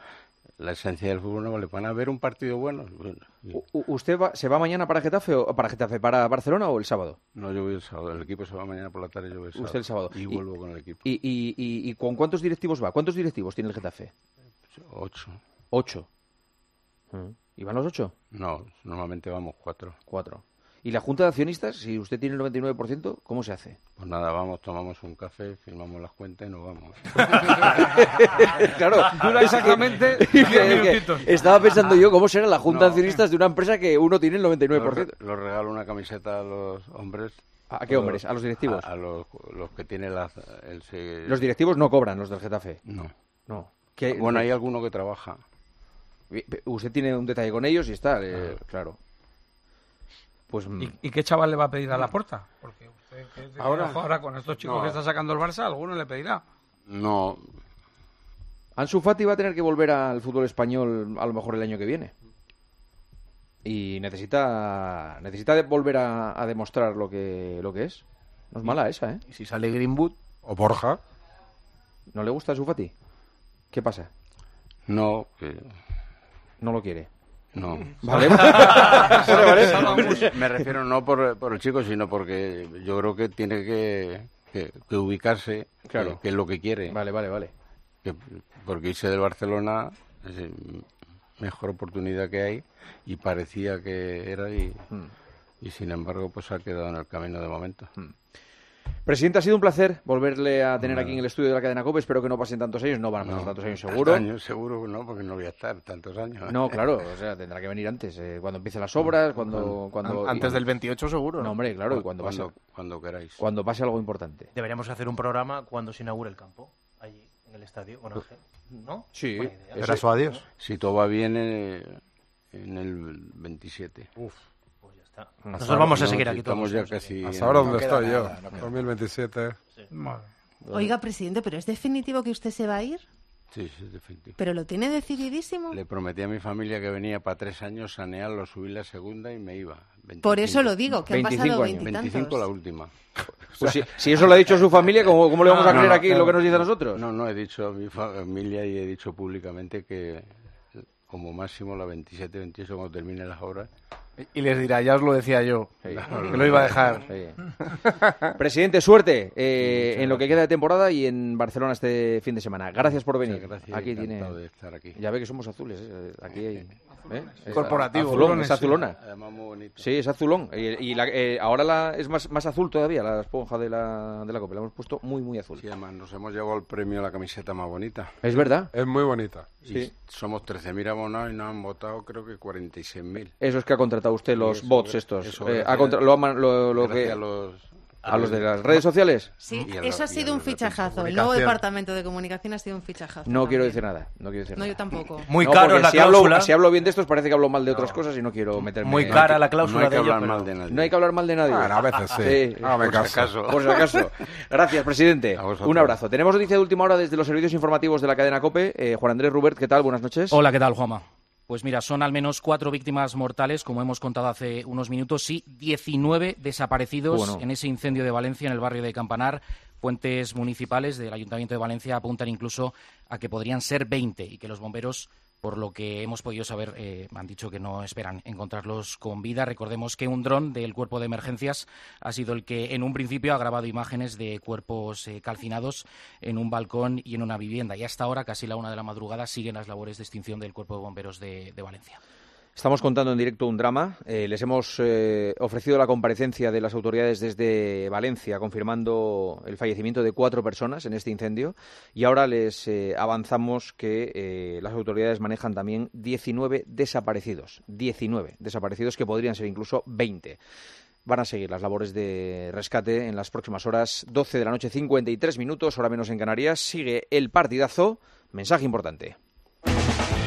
la esencia del fútbol no vale. ¿Van a ver un partido bueno? Bueno,
U- u- ¿Usted va- se va mañana para Getafe o para Getafe, para Barcelona o el sábado?
No, yo voy el sábado. El equipo se va mañana por la tarde, yo voy el sábado.
Usted el sábado.
Y, vuelvo con el equipo.
¿Y, y- y- y con cuántos directivos va? ¿Cuántos directivos tiene el Getafe?
Ocho.
Ocho.
Mm.
¿Y van los ocho?
No, normalmente vamos cuatro.
Cuatro. ¿Y la Junta de Accionistas, si usted tiene el 99%, cómo se
[LAUGHS]
hace?
Pues nada, vamos, tomamos un café, firmamos las cuentas y nos vamos.
[LAUGHS]
claro.
Dura
es
[LAUGHS]
que-
exactamente
es que- es
10
que
minutitos.
Estaba pensando yo, ¿cómo será la Junta
"Ah, No. eh".
de Accionistas de una empresa que uno tiene el 99%?
Los regalo una camiseta a los hombres.
¿A qué hombres? ¿A los directivos?
A, a los, los que tienen las... el se-
Los directivos no cobran, los del Getafe.
eh, No.
No. ¿Qué-
Bueno, hay alguno que trabaja. Ah.
Usted tiene un detalle con ellos y está, eh, claro. Pues mm,
¿Y qué chaval le va a pedir a la puerta? Porque usted que es de
Ahora-
trabajo ahora con estos chicos
No.
que está sacando el Barça, alguno le pedirá.
No,
Ansu Fati va a tener que volver al fútbol español a lo mejor el año que viene. Y necesita necesita de- volver a, a demostrar lo que lo que es. No es mala esa, ¿eh?
Y si sale Greenwood
o Borja,
¿no le gusta Ansu Fati? ¿Qué pasa?
no, que-
No lo quiere.
no.
[LAUGHS] Vale. Vale, vale.
[LAUGHS] Me refiero no por, por el chico, sino porque yo creo que tiene que, que- que ubicarse, eh,
Claro.
que, que es lo que quiere.
Vale, vale, vale.
que- porque irse del Barcelona es eh, mejor oportunidad que hay y parecía que era y,
Hmm.
y sin embargo pues ha quedado en el camino de momento.
Hmm. Presidente, ha sido un placer volverle a tener
Nada.
aquí en el estudio de la cadena COPE. Espero que no pasen tantos años. No van a pasar
No,
tantos años seguro.
años seguro no, porque no voy a estar tantos años. [LAUGHS]
No, claro, o sea, tendrá que venir antes, eh, cuando empiecen las obras, cuando...
An-
cuando
antes del
28 seguro.
No, hombre, claro, y cuando,
Cuando-
pase,
cuando queráis.
cuando pase algo importante.
Deberíamos hacer un programa cuando se inaugure el campo, allí, en el estadio, con Ángel. ¿No? Buena idea.
Ese- Si todo va bien, eh, en el 27.
Uf. Pues ya está.
Mm.
Hasta
Nosotros
ahora,
vamos a
no,
seguir
si
aquí
estamos
todos,
ya
o sea que-
casi
hasta ahora
en-
donde estoy yo,
no queda.
2027.
Oiga, presidente, pero es definitivo que usted se va a ir,
Sí, sí, definitivo.
pero lo tiene decididísimo.
Le prometí a mi familia que venía para tres años sanearlo, subí la segunda y me iba.
Por eso lo digo, que han 25 pasado años. veintitantos.
25 la última.
Pues si, si eso lo ha dicho su familia, ¿cómo, cómo le vamos a
Ah, No,
creer
no,
aquí
no.
lo que nos dice a nosotros?
No, no, he dicho a mi familia y he dicho públicamente que como máximo la 27, 28 cuando terminen las obras.
Y les dirá, ya os lo decía yo,
[LAUGHS]
que lo iba a dejar.
Presidente, suerte eh, en lo que queda de temporada y en Barcelona este fin de semana. Gracias por venir.
gracias,
aquí tiene...
encantado de estar aquí.
Ya ve que somos azules. eh, Aquí hay... ¿eh? Es
Corporativo.
azulón, es azulona.
Además, muy bonito.
Sí, es azulón. Y, y la- eh, ahora la- es más, más azul todavía la esponja de la, de la copa. La hemos puesto muy, muy azul.
Sí, además nos hemos llevado el premio a la camiseta más bonita.
Es verdad.
Es muy bonita.
Y somos 13.000 abonados y nos han votado creo que 46.000.
Eso es que ha contratado usted los
eso,
bots
gra-
estos.
eso,
Eh,
gracias-
ha contra- lo, ha man- lo- lo
gracias
que-
a los-
a los de las redes sociales.
Sí,
Y a la-
eso ha
y a
sido un
los de
fichajazo. El
comunicación.
nuevo departamento de comunicación ha sido un fichajazo.
No quiero
también.
decir nada. No quiero decir
No,
nada.
yo tampoco.
Muy
No,
caro
porque
es la
si hablo,
cláusula.
si hablo bien de estos parece que hablo mal de otras cosas y no quiero meterme.
Muy
en-
cara la cláusula
no hay que
de ello,
hablar
pero-
mal de nadie.
No hay que hablar mal de nadie.
Bueno, a veces sí. Hágame
por
caso.
si acaso. Por si
[LAUGHS]
acaso. Gracias, presidente. Un abrazo. Tenemos noticia de última hora desde los servicios informativos de la cadena COPE. Eh, Juan Andrés Rubert, ¿qué tal? Buenas noches.
Hola, ¿qué tal, Juanma? Pues mira, son al menos cuatro víctimas mortales, como hemos contado hace unos minutos, y 19 desaparecidos
Bueno.
en ese incendio de Valencia, en el barrio de Campanar. Fuentes municipales del Ayuntamiento de Valencia apuntan incluso a que podrían ser 20 y que los bomberos, por lo que hemos podido saber, eh, han dicho que no esperan encontrarlos con vida. Recordemos que un dron del cuerpo de emergencias ha sido el que en un principio ha grabado imágenes de cuerpos eh, calcinados en un balcón y en una vivienda. Y hasta ahora, casi la una de la madrugada, siguen las labores de extinción del cuerpo de bomberos de- de Valencia.
Estamos contando en directo un drama. Eh, les hemos eh, ofrecido la comparecencia de las autoridades desde Valencia, confirmando el fallecimiento de cuatro personas en este incendio. Y ahora les eh, avanzamos que eh, las autoridades manejan también 19 desaparecidos. 19 desaparecidos que podrían ser incluso 20. Van a seguir las labores de rescate en las próximas horas. 12 de la noche, 53 minutos, hora menos en Canarias. Sigue el partidazo. Mensaje importante.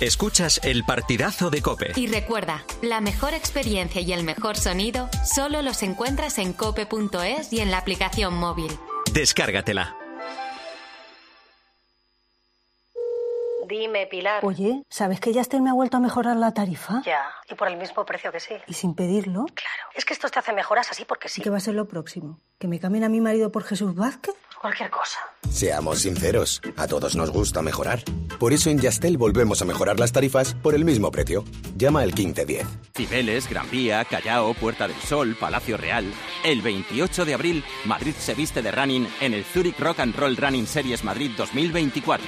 Escuchas el partidazo de Cope.
Y recuerda, la mejor experiencia y el mejor sonido solo los encuentras en cope.es y en la aplicación móvil.
Descárgatela.
Dime, Pilar.
Oye, ¿sabes que Yastel me ha vuelto a mejorar la tarifa?
Ya, y por el mismo precio que sí.
¿Y sin pedirlo?
Claro. Es que estos te hacen mejoras así porque sí.
¿Qué va a ser lo próximo? ¿Que me cambien a mi marido por Jesús Vázquez?
Cualquier cosa.
Seamos sinceros, a todos nos gusta mejorar. Por eso en Yastel volvemos a mejorar las tarifas por el mismo precio. Llama al 1510.
Cibeles, Gran Vía, Callao, Puerta del Sol, Palacio Real. El 28 de abril, Madrid se viste de running en el Zurich Rock and Roll Running Series Madrid 2024.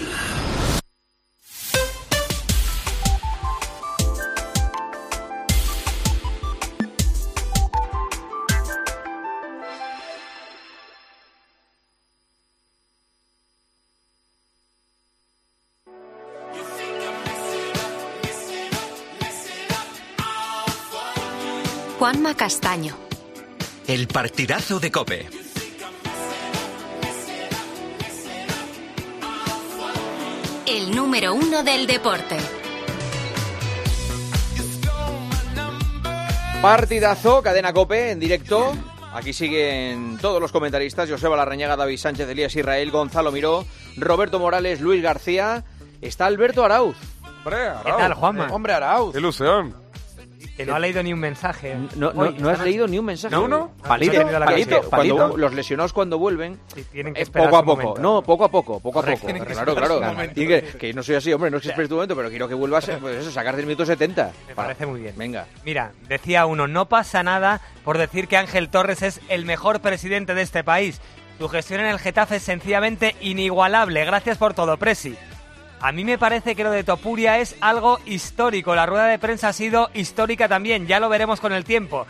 Juanma Castaño.
El partidazo de Cope.
El número uno del deporte.
Partidazo, cadena cope en directo. Aquí siguen todos los comentaristas: Joseba Larrañaga, David Sánchez, Elías Israel, Gonzalo Miró, Roberto Morales, Luis García. Está Alberto Arauz. Eh,
¿Qué tal, Juanma?
Hombre, Arauz.
Ilusión.
Que no ha leído ni un mensaje.
No, no, no
Hoy, esta
has
noche.
leído ni un mensaje.
No, no.
Palito,
No he tenido la
palito,
ocasión.
cuando
Palito.
los lesionados cuando vuelven,
tienen que
es
esperar
poco a
su
poco.
momento.
No, poco a poco, poco a
Correcto.
poco.
Tienen que
Claro,
esperar su
claro.
momento.
Tiene que, que no soy así, hombre, no es que esperes tu momento, pero quiero que vuelvas, pues eso, sacarte el minuto 70.
Me parece muy bien.
Venga.
Mira, decía uno, no pasa nada por decir que Ángel Torres es el mejor presidente de este país. Su gestión en el Getafe es sencillamente inigualable. Gracias por todo, Presi. A mí me parece que lo de Topuria es algo histórico. La rueda de prensa ha sido histórica también. Ya lo veremos con el tiempo.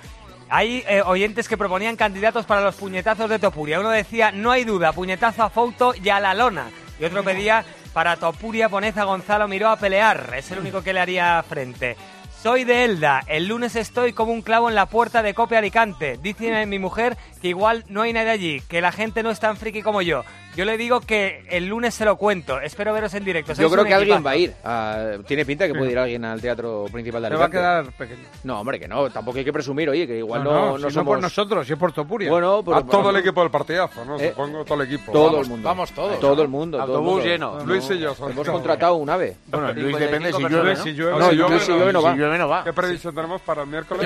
Hay eh, oyentes que proponían candidatos para los puñetazos de Topuria. Uno decía, no hay duda, puñetazo a Fouto y a la lona. Y otro pedía, para Topuria poned a Gonzalo Miró a pelear. Es el único que le haría frente. Soy de Elda. El lunes estoy como un clavo en la puerta de Cope Alicante. Dice mi mujer que igual no hay nadie allí, que la gente no es tan friki como yo. Yo le digo que el lunes se lo cuento. Espero veros en directo.
Yo creo
Sois Pues un
que alguien
equipazo.
va a ir. Ah, tiene pinta que puede ir alguien al teatro principal de
Se va a
Alicante.
quedar
pequeño.
No, hombre, que no. Tampoco hay que presumir, oye, que igual no, no
si
somos...
por nosotros, si es por Topuria.
Bueno, pero-
A todo el equipo del partidazo, ¿no?
Eh,
Supongo todo el equipo.
Todo el mundo.
Vamos todos.
Todo el mundo. todo el
Autobús
mundo.
lleno. Luis y yo somos
Hemos
todos.
contratado un ave.
Bueno,
Luis depende si
llueve,
¿no?
si llueve,
No,
si llueve,
Luis si llueve no va.
¿Qué predicción tenemos para el miércoles?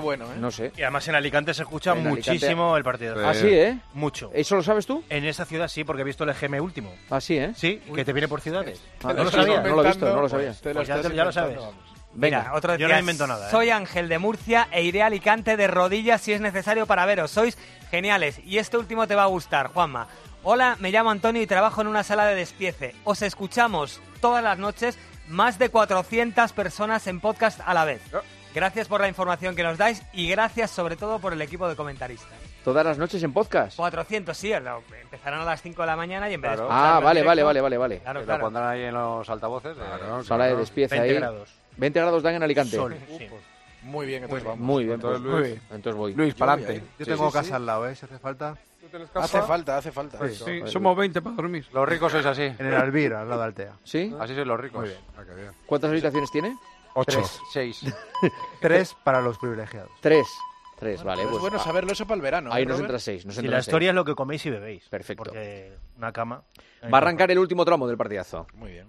bueno,
No sé.
Y además en Alicante se escucha
En Alicante-
muchísimo el partido.
Ah, sí, ¿eh?
Mucho.
¿Eso lo sabes tú?
En esa ciudad sí, porque he visto el EGM último.
Así, ¿eh?
Sí, que te viene por ciudades.
Ah, no lo sabía. No lo he visto, no lo sabía.
Pues ya, te- ya lo sabes.
Venga,
Mira, otro
yo
decía,
no invento nada. ¿eh?
Soy Ángel de Murcia e iré a Alicante de rodillas si es necesario para veros. Sois geniales. Y este último te va a gustar, Juanma. Hola, me llamo Antonio y trabajo en una sala de despiece. Os escuchamos todas las noches, más de 400 personas en podcast a la vez.
Oh.
Gracias por la información que nos dais y gracias sobre todo por el equipo de comentaristas.
Todas las noches en podcast.
400, sí, lo- empezarán a las 5 de la mañana y en vez de
Claro.
escucharlo
Ah,
en
vale,
directo-
vale, vale, vale, vale.
Claro,
Que
claro.
La pondrán ahí en los altavoces.
Sala de despieza ahí. 20 grados dan en Alicante.
Sol,
Uh, pues.
Muy bien, entonces vamos.
Muy bien,
Entonces,
pues,
Luis.
entonces voy.
Luis,
Yo
para
voy a
adelante.
ir.
Yo
Sí,
tengo
sí,
casa
sí.
al lado, ¿eh? Si hace falta.
Hace falta, hace falta.
Pues
Eso.
Sí, somos 20 para dormir.
Los ricos sois así.
En el Albir,
al lado de Altea.
¿Sí?
Así sois los ricos.
Muy bien.
Ah,
¿Cuántas habitaciones tiene?
Ocho. Tres, seis.
Tres para los privilegiados.
Tres. Tres, vale.
pero es
pues,
bueno
ah,
saberlo eso para el verano,
Ahí
¿eh,
nos
Robert?
entra seis. Nos
Y
entra
la
seis.
historia es lo que coméis y bebéis.
Perfecto.
Porque una cama.
Va a arrancar el último tramo del partidazo.
Muy bien.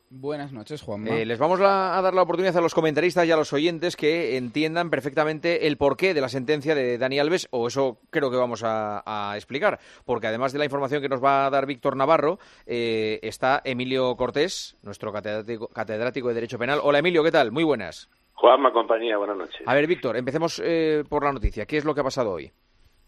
Buenas noches, Juanma.
Eh, les vamos la- a dar la oportunidad a los comentaristas y a los oyentes que entiendan perfectamente el porqué de la sentencia de Dani Alves, o eso creo que vamos a, a explicar, porque además de la información que nos va a dar Víctor Navarro, eh, está Emilio Cortés, nuestro catedrático, catedrático de Derecho Penal. Hola Emilio, ¿qué tal? Muy buenas.
Juanma, compañía, buenas noches.
A ver, Víctor, empecemos eh, por la noticia. ¿Qué es lo que ha pasado hoy?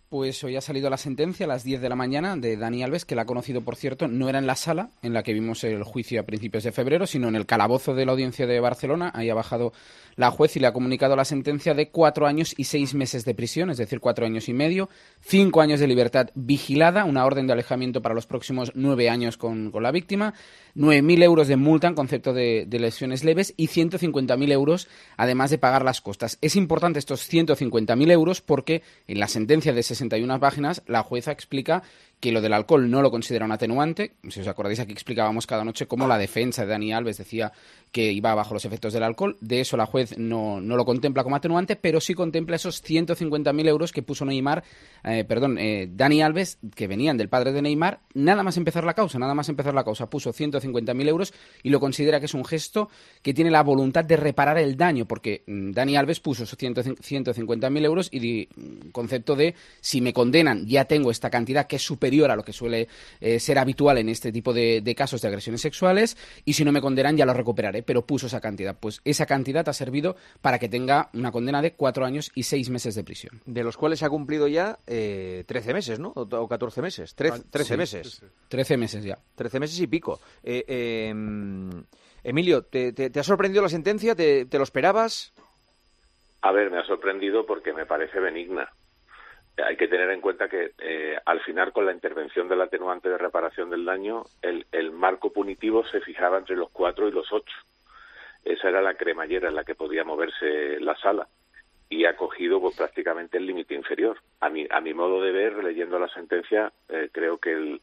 Pues hoy ha salido la sentencia a las 10 de la mañana de Dani Alves, que la ha conocido, por cierto, no era en la sala en la que vimos el juicio a principios de febrero, sino en el calabozo de la audiencia de Barcelona. Ahí ha bajado la juez y le ha comunicado la sentencia de cuatro años y seis meses de prisión, es decir, cuatro años y medio, cinco años de libertad vigilada, una orden de alejamiento para los próximos nueve años con, con la víctima, 9.000 euros de multa en concepto de, de lesiones leves y 150.000 euros además de pagar las costas. Es importante estos 150.000 euros porque en la sentencia de 61 páginas la jueza explica que lo del alcohol no lo considera un atenuante. Si os acordáis, aquí explicábamos cada noche cómo la defensa de Dani Alves decía que iba bajo los efectos del alcohol. De eso la juez no, no lo contempla como atenuante, pero sí contempla esos 150.000 euros que puso Neymar, eh, perdón, eh, Dani Alves, que venían del padre de Neymar, nada más empezar la causa, nada más empezar la causa, puso 150.000 euros y lo considera que es un gesto que tiene la voluntad de reparar el daño, porque mm, Dani Alves puso esos 100 150.000 euros y di- mm, concepto de si me condenan ya tengo esta cantidad que es superior a lo que suele eh, ser habitual en este tipo de, de casos de agresiones sexuales y si no me condenan ya lo recuperaré, pero puso esa cantidad. Pues esa cantidad ha servido para que tenga una condena de cuatro años y seis meses de prisión.
De los cuales ha cumplido ya eh, 13 meses, ¿no? O, o 14 meses. Trece- 13
Ah, sí,
meses.
Trece meses ya.
13 meses y pico. Eh, eh, mm, Emilio, ¿te, te, te ha sorprendido la sentencia? ¿Te, te lo esperabas?
A ver, me ha sorprendido porque me parece benigna. Eh, Hay que tener en cuenta que eh, al final con la intervención del atenuante de reparación del daño, el, el marco punitivo se fijaba entre los cuatro y los ocho. Esa era la cremallera en la que podía moverse la sala y ha cogido pues, prácticamente el límite inferior. A mi, a mi modo de ver, leyendo la sentencia, eh, creo que, el,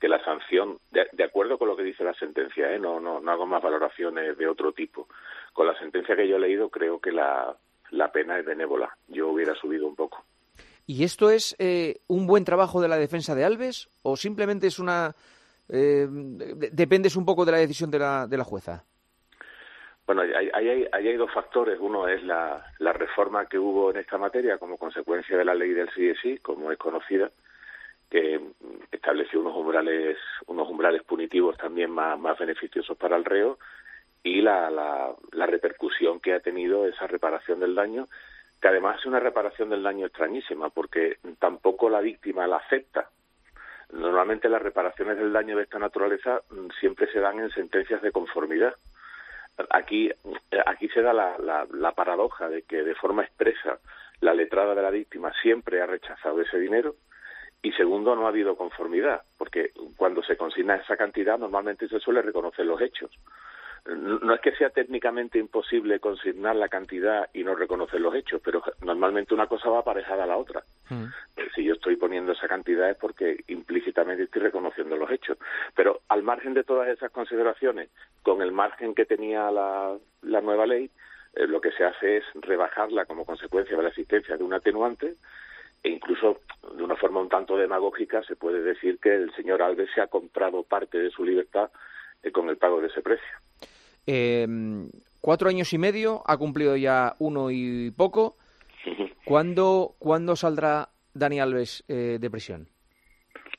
que la sanción, de, de acuerdo con lo que dice la sentencia, ¿eh? no, no, no hago más valoraciones de otro tipo. Con la sentencia que yo he leído, creo que la, la pena es benévola. Yo hubiera subido un poco.
¿Y esto es eh, un buen trabajo de la defensa de Alves o simplemente es una... eh, de- dependes un poco de la decisión de la, de la jueza?
Bueno, ahí hay, ahí hay- ahí hay dos factores. Uno es la, la reforma que hubo en esta materia como consecuencia de la ley del CSI, como es conocida, que mm, estableció unos umbrales, unos umbrales punitivos también más, más beneficiosos para el reo y la, la, la repercusión que ha tenido esa reparación del daño, que además es una reparación del daño extrañísima, porque tampoco la víctima la acepta. Normalmente las reparaciones del daño de esta naturaleza mm, siempre se dan en sentencias de conformidad aquí eh, aquí se da la, la- la paradoja de que de forma expresa la letrada de la víctima siempre ha rechazado ese dinero y segundo no ha habido conformidad porque cuando se consigna esa cantidad normalmente se suele reconocer los hechos no no es que sea técnicamente imposible consignar la cantidad y no reconocer los hechos, pero normalmente una cosa va aparejada a la otra. Eh, si yo estoy poniendo esa cantidad es porque implícitamente estoy reconociendo los hechos. Pero al margen de todas esas consideraciones, con el margen que tenía la, la nueva ley, eh, lo que se hace es rebajarla como consecuencia de la existencia de un atenuante e incluso de una forma un tanto demagógica se puede decir que el señor Alves se ha comprado parte de su libertad eh, con el pago de ese precio.
eh, cuatro años y medio, ha cumplido ya uno y poco. ¿Cuándo, cuándo saldrá Dani Alves eh, de prisión?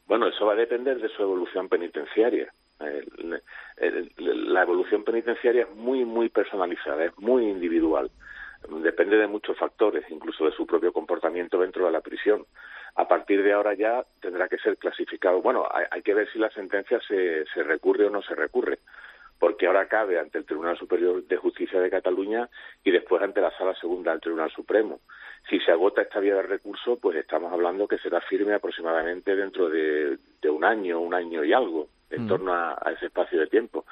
Bueno, eso va a depender de su evolución penitenciaria. El- el- la evolución penitenciaria es muy, muy personalizada, es muy individual. Depende de muchos factores, incluso de su propio comportamiento dentro de la prisión. A partir de ahora ya tendrá que ser clasificado. Bueno, hay, hay que ver si la sentencia se, se recurre o no se recurre, porque ahora cabe ante el Tribunal Superior de Justicia de Cataluña y después ante la Sala Segunda del Tribunal Supremo. Si se agota esta vía de recurso, pues estamos hablando que será firme aproximadamente dentro de, de un año, un año y algo, en
Mm.
torno a, a ese espacio de tiempo.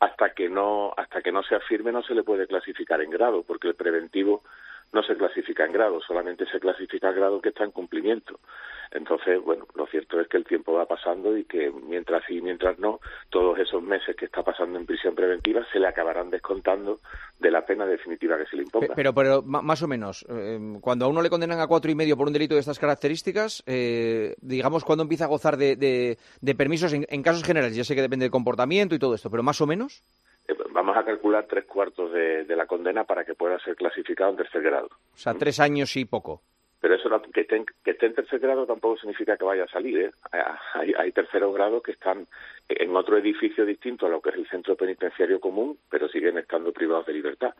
Hasta que no, hasta que no sea firme no se le puede clasificar en grado, porque el preventivo no se clasifica en grado, solamente se clasifica en grado que está en cumplimiento. Entonces, bueno, lo cierto es que el tiempo va pasando y que mientras sí y mientras no, todos esos meses que está pasando en prisión preventiva se le acabarán descontando de la pena definitiva que se le
Pe-
imponga.
Pero, pero ma- más o menos, eh, cuando a uno le condenan a cuatro y medio por un delito de estas características, eh, digamos, cuando empieza a gozar de, de- de permisos en, en casos generales? Ya sé que depende del comportamiento y todo esto, pero más o menos.
Eh, Vamos a calcular tres cuartos de, de la condena para que pueda ser clasificado en tercer grado.
O sea, tres años y poco.
Pero eso no- que, esté en, que esté en tercer grado tampoco significa que vaya a salir. ¿eh? Hay, hay terceros grados que están en otro edificio distinto a lo que es el centro penitenciario común, pero siguen estando privados de libertad.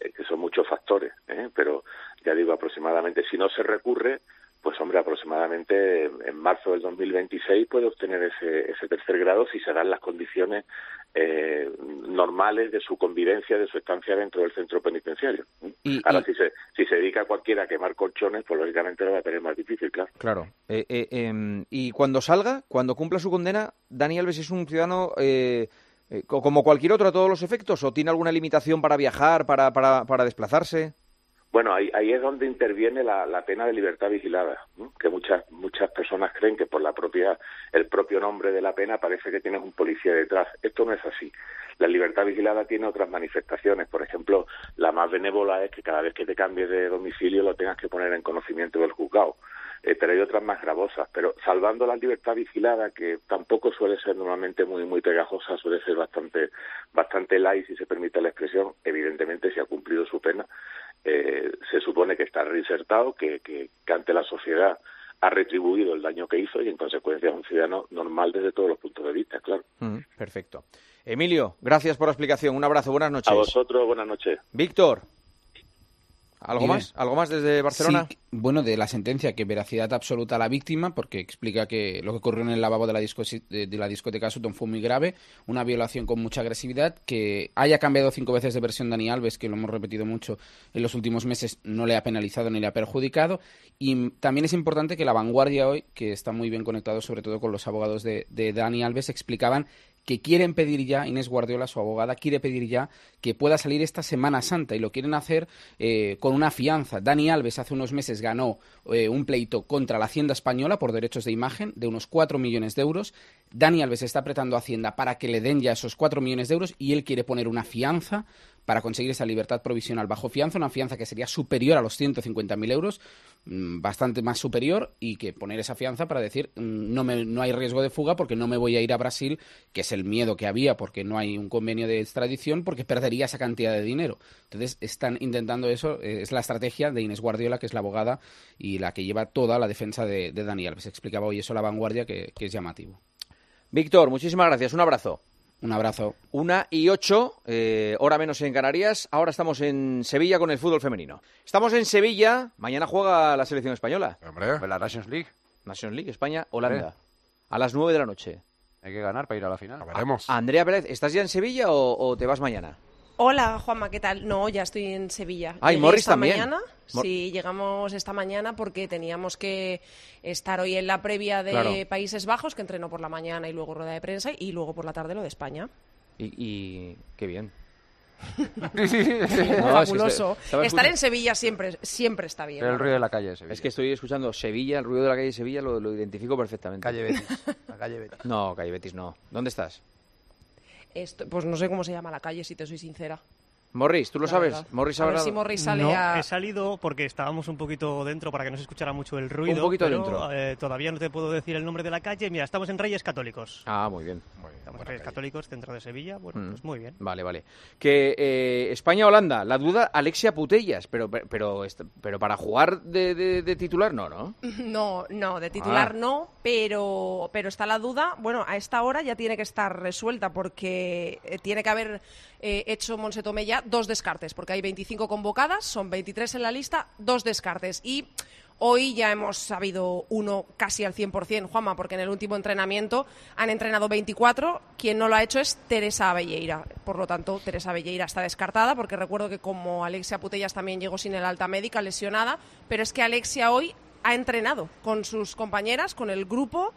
eh, que son muchos factores, ¿eh? pero ya digo aproximadamente, si no se recurre, pues hombre, aproximadamente en marzo del 2026 puede obtener ese, ese tercer grado si se dan las condiciones eh, normales de su convivencia, de su estancia dentro del centro penitenciario.
Y-
Ahora,
y-
Si, se, si se dedica cualquiera a quemar colchones, pues lógicamente lo va a tener más difícil, claro.
Claro. Eh, eh, em, y cuando salga, cuando cumpla su condena, Dani Alves es un ciudadano eh, eh, co- como cualquier otro a todos los efectos, o tiene alguna limitación para viajar, para, para, para desplazarse.
Bueno, ahí, ahí es donde interviene la, la pena de libertad vigilada, ¿no? que muchas muchas personas creen que por la propia el propio nombre de la pena parece que tienes un policía detrás. Esto no es así. La libertad vigilada tiene otras manifestaciones. Por ejemplo, la más benévola es que cada vez que te cambies de domicilio lo tengas que poner en conocimiento del juzgado. Eh, pero hay otras más gravosas. Pero salvando la libertad vigilada, que tampoco suele ser normalmente muy muy pegajosa, suele ser bastante bastante light, si se permite la expresión, evidentemente si ha cumplido su pena, eh, se supone que está reinsertado, que, que, que ante la sociedad ha retribuido el daño que hizo y en consecuencia es un ciudadano normal desde todos los puntos de vista, claro.
Mm, perfecto. Emilio, gracias por la explicación. Un abrazo, buenas noches.
A vosotros, buenas noches.
Víctor, ¿algo
Dime.
más? ¿Algo más desde Barcelona?
Sí, bueno, de la sentencia, que veracidad absoluta a la víctima, porque explica que lo que ocurrió en el lavabo de la, disco- de, de la discoteca Sutton fue muy grave, una violación con mucha agresividad, que haya cambiado cinco veces de versión Dani Alves, que lo hemos repetido mucho en los últimos meses, no le ha penalizado ni le ha perjudicado. Y también es importante que la vanguardia hoy, que está muy bien conectado sobre todo con los abogados de, de Dani Alves, explicaban que quieren pedir ya, Inés Guardiola, su abogada, quiere pedir ya que pueda salir esta Semana Santa y lo quieren hacer eh, con una fianza. Dani Alves hace unos meses ganó eh, un pleito contra la Hacienda Española por derechos de imagen de unos 4 millones de euros. Dani Alves está apretando a Hacienda para que le den ya esos 4 millones de euros y él quiere poner una fianza para conseguir esa libertad provisional bajo fianza, una fianza que sería superior a los 150.000 euros, mm, bastante más superior, y que poner esa fianza para decir mm, no, me- no hay riesgo de fuga porque no me voy a ir a Brasil, que es el miedo que había porque no hay un convenio de extradición, porque perdería esa cantidad de dinero. Entonces están intentando eso, eh, es la estrategia de Inés Guardiola, que es la abogada y la que lleva toda la defensa de, de Dani Alves. Explicaba hoy eso la vanguardia, que, que es llamativo.
Víctor, muchísimas gracias. Un abrazo.
Un abrazo.
Una y ocho, eh, hora menos en Canarias. Ahora estamos en Sevilla con el fútbol femenino. Estamos en Sevilla. Mañana juega la selección española.
Pues La Nations League.
Nations League, España, Holanda. A las nueve de la noche.
Hay que ganar para ir a la final.
Andrea Pérez, ¿estás ya en Sevilla o, o te vas mañana?
Hola Juanma, ¿qué tal? No, ya estoy en Sevilla.
Ah, y
Llegué
Morris
esta
también.
Mañana.
Mor-
sí, llegamos esta mañana porque teníamos que estar hoy en la previa de
Claro.
Países Bajos, que entrenó por la mañana y luego rueda de prensa y luego por la tarde lo
[LAUGHS]
de España.
Y, y- qué
[LAUGHS]
bien.
Fabuloso. estar en Sevilla siempre, siempre está bien.
El ruido de la calle de Sevilla.
Es que estoy escuchando Sevilla, el ruido de la calle de Sevilla lo, lo identifico perfectamente. Calle Betis. No, calle Betis no. ¿Dónde estás?
Esto- pues no sé cómo se llama la calle, si te soy sincera.
Morris, ¿tú lo
La
sabes?
verdad.
Morris
A ver
habrá-
si Morris sale a-
He salido porque estábamos un poquito dentro para que no se escuchara mucho el ruido.
Un poquito
pero,
dentro.
eh, todavía no te puedo decir el nombre de la calle. Mira, estamos en Reyes Católicos.
Ah, muy bien.
Estamos en Reyes Católicos, centro de Sevilla. Bueno,
Mm.
pues muy bien.
Vale, vale. Que eh, España-Holanda, la duda Alexia Putellas, pero, pero, pero, est- pero para jugar de, de- de titular no, ¿no?
[LAUGHS] No, no, de titular
Ah.
no, pero, pero está la duda. Bueno, a esta hora ya tiene que estar resuelta porque eh, tiene que haber eh, hecho Monsetomé ya dos descartes, porque hay 25 convocadas, son 23 en la lista, dos descartes. Y hoy ya hemos sabido uno casi al 100%, Juanma, porque en el último entrenamiento han entrenado 24. Quien no lo ha hecho es Teresa Belleira. Por lo tanto, Teresa Belleira está descartada, porque recuerdo que como Alexia Putellas también llegó sin el alta médica, lesionada, pero es que Alexia hoy ha entrenado con sus compañeras, con el grupo,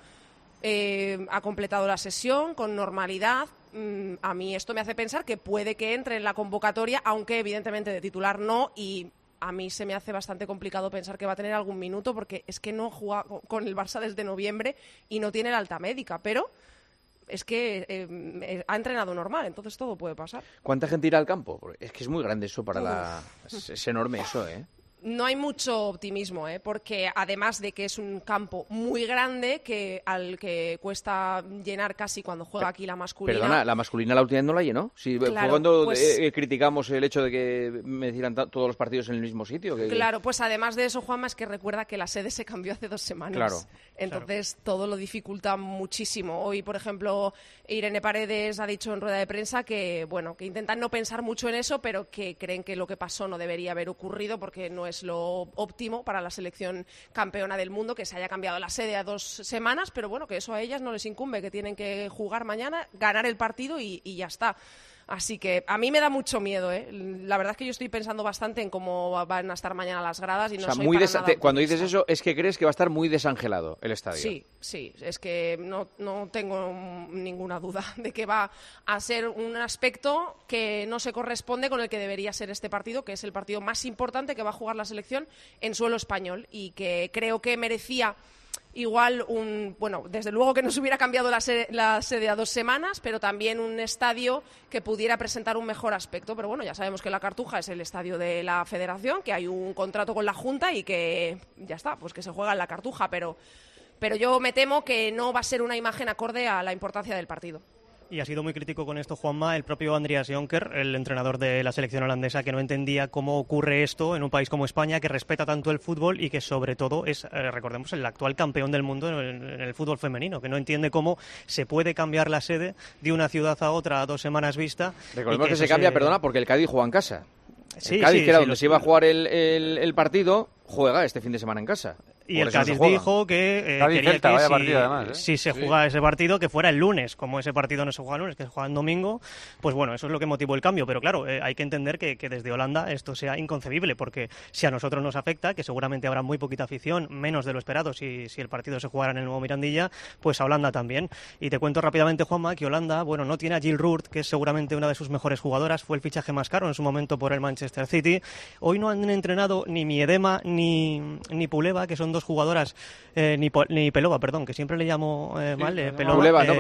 eh, ha completado la sesión con normalidad. Mm, a mí esto me hace pensar que puede que entre en la convocatoria, aunque evidentemente de titular no, y a mí se me hace bastante complicado pensar que va a tener algún minuto, porque es que no juega co- con el Barça desde noviembre y no tiene la alta médica, pero es que eh, eh, ha entrenado normal, entonces todo puede pasar.
¿Cuánta gente irá al campo? Porque Es que es muy grande eso para la...
Uf.
Es, es enorme eso, ¿eh?
No hay mucho optimismo, ¿eh? porque además de que es un campo muy grande que al que cuesta llenar casi cuando juega aquí la masculina.
Perdona, la masculina la última vez no la llenó. Sí, fue
Claro,
cuando
pues-
eh, eh, criticamos el hecho de que me hicieran ta- todos los partidos en el mismo sitio. que-
Claro, pues además de eso, Juanma, es que recuerda que la sede se cambió hace dos semanas.
Claro.
Entonces todo lo dificulta muchísimo. Hoy, por ejemplo, Irene Paredes ha dicho en rueda de prensa que, bueno, que intentan no pensar mucho en eso, pero que creen que lo que pasó no debería haber ocurrido porque no es lo óptimo para la selección campeona del mundo que se haya cambiado la sede a dos semanas, pero bueno, que eso a ellas no les incumbe, que tienen que jugar mañana, ganar el partido y, y ya está. Así que a mí me da mucho miedo, ¿eh? La verdad es que yo estoy pensando bastante en cómo van a estar mañana las gradas y
O
no
sea,
soy
muy
para
desa-
nada
te- cuando dices
optimista.
eso es que crees que va a estar muy desangelado el estadio.
Sí, sí, es que no, no tengo ninguna duda [LAUGHS] de que va a ser un aspecto que no se corresponde con el que debería ser este partido, que es el partido más importante que va a jugar la selección en suelo español y que creo que merecía igual un bueno desde luego que nos hubiera cambiado la se- la sede, a dos semanas pero también un estadio que pudiera presentar un mejor aspecto pero bueno ya sabemos que la Cartuja es el estadio de la Federación que hay un contrato con la Junta y que ya está pues que se juega en la Cartuja pero pero yo me temo que no va a ser una imagen acorde a la importancia del partido
Y ha sido muy crítico con esto, Juanma, el propio Andreas Jonker, el entrenador de la selección holandesa, que no entendía cómo ocurre esto en un país como España, que respeta tanto el fútbol y que sobre todo es, eh, recordemos, el actual campeón del mundo en, en el fútbol femenino, que no entiende cómo se puede cambiar la sede de una ciudad a otra a dos semanas vista. y
Recordemos que,
eso
se cambia, perdona, porque el Cádiz juega en casa.
Sí,
el Cádiz,
sí,
que era
sí,
donde
los-
se iba a jugar el, el- el partido, juega este fin de semana en casa.
Y
Por
el
eso no se
Cádiz
juega.
dijo que eh,
Cádiz
quería
Celta,
que
vaya
si,
partido además, ¿eh?
si se
Sí.
jugaba ese partido, que fuera el lunes. Como ese partido no se juega el lunes, que se juega el domingo, pues bueno, eso es lo que motivó el cambio. Pero claro, eh, hay que entender que, que desde Holanda esto sea inconcebible, porque si a nosotros nos afecta, que seguramente habrá muy poquita afición, menos de lo esperado si, si el partido se jugara en el nuevo Mirandilla, pues a Holanda también. Y te cuento rápidamente, Juanma, que Holanda, bueno, no tiene a Jill Ruurt, que es seguramente una de sus mejores jugadoras, fue el fichaje más caro en su momento por el Manchester City. Hoy no han entrenado ni Miedema ni, ni Puleva, que son dos jugadoras, eh, ni, Po- ni Pelova, perdón, que siempre le llamo eh, mal, eh, Pelova.
Puleva, no,
eh,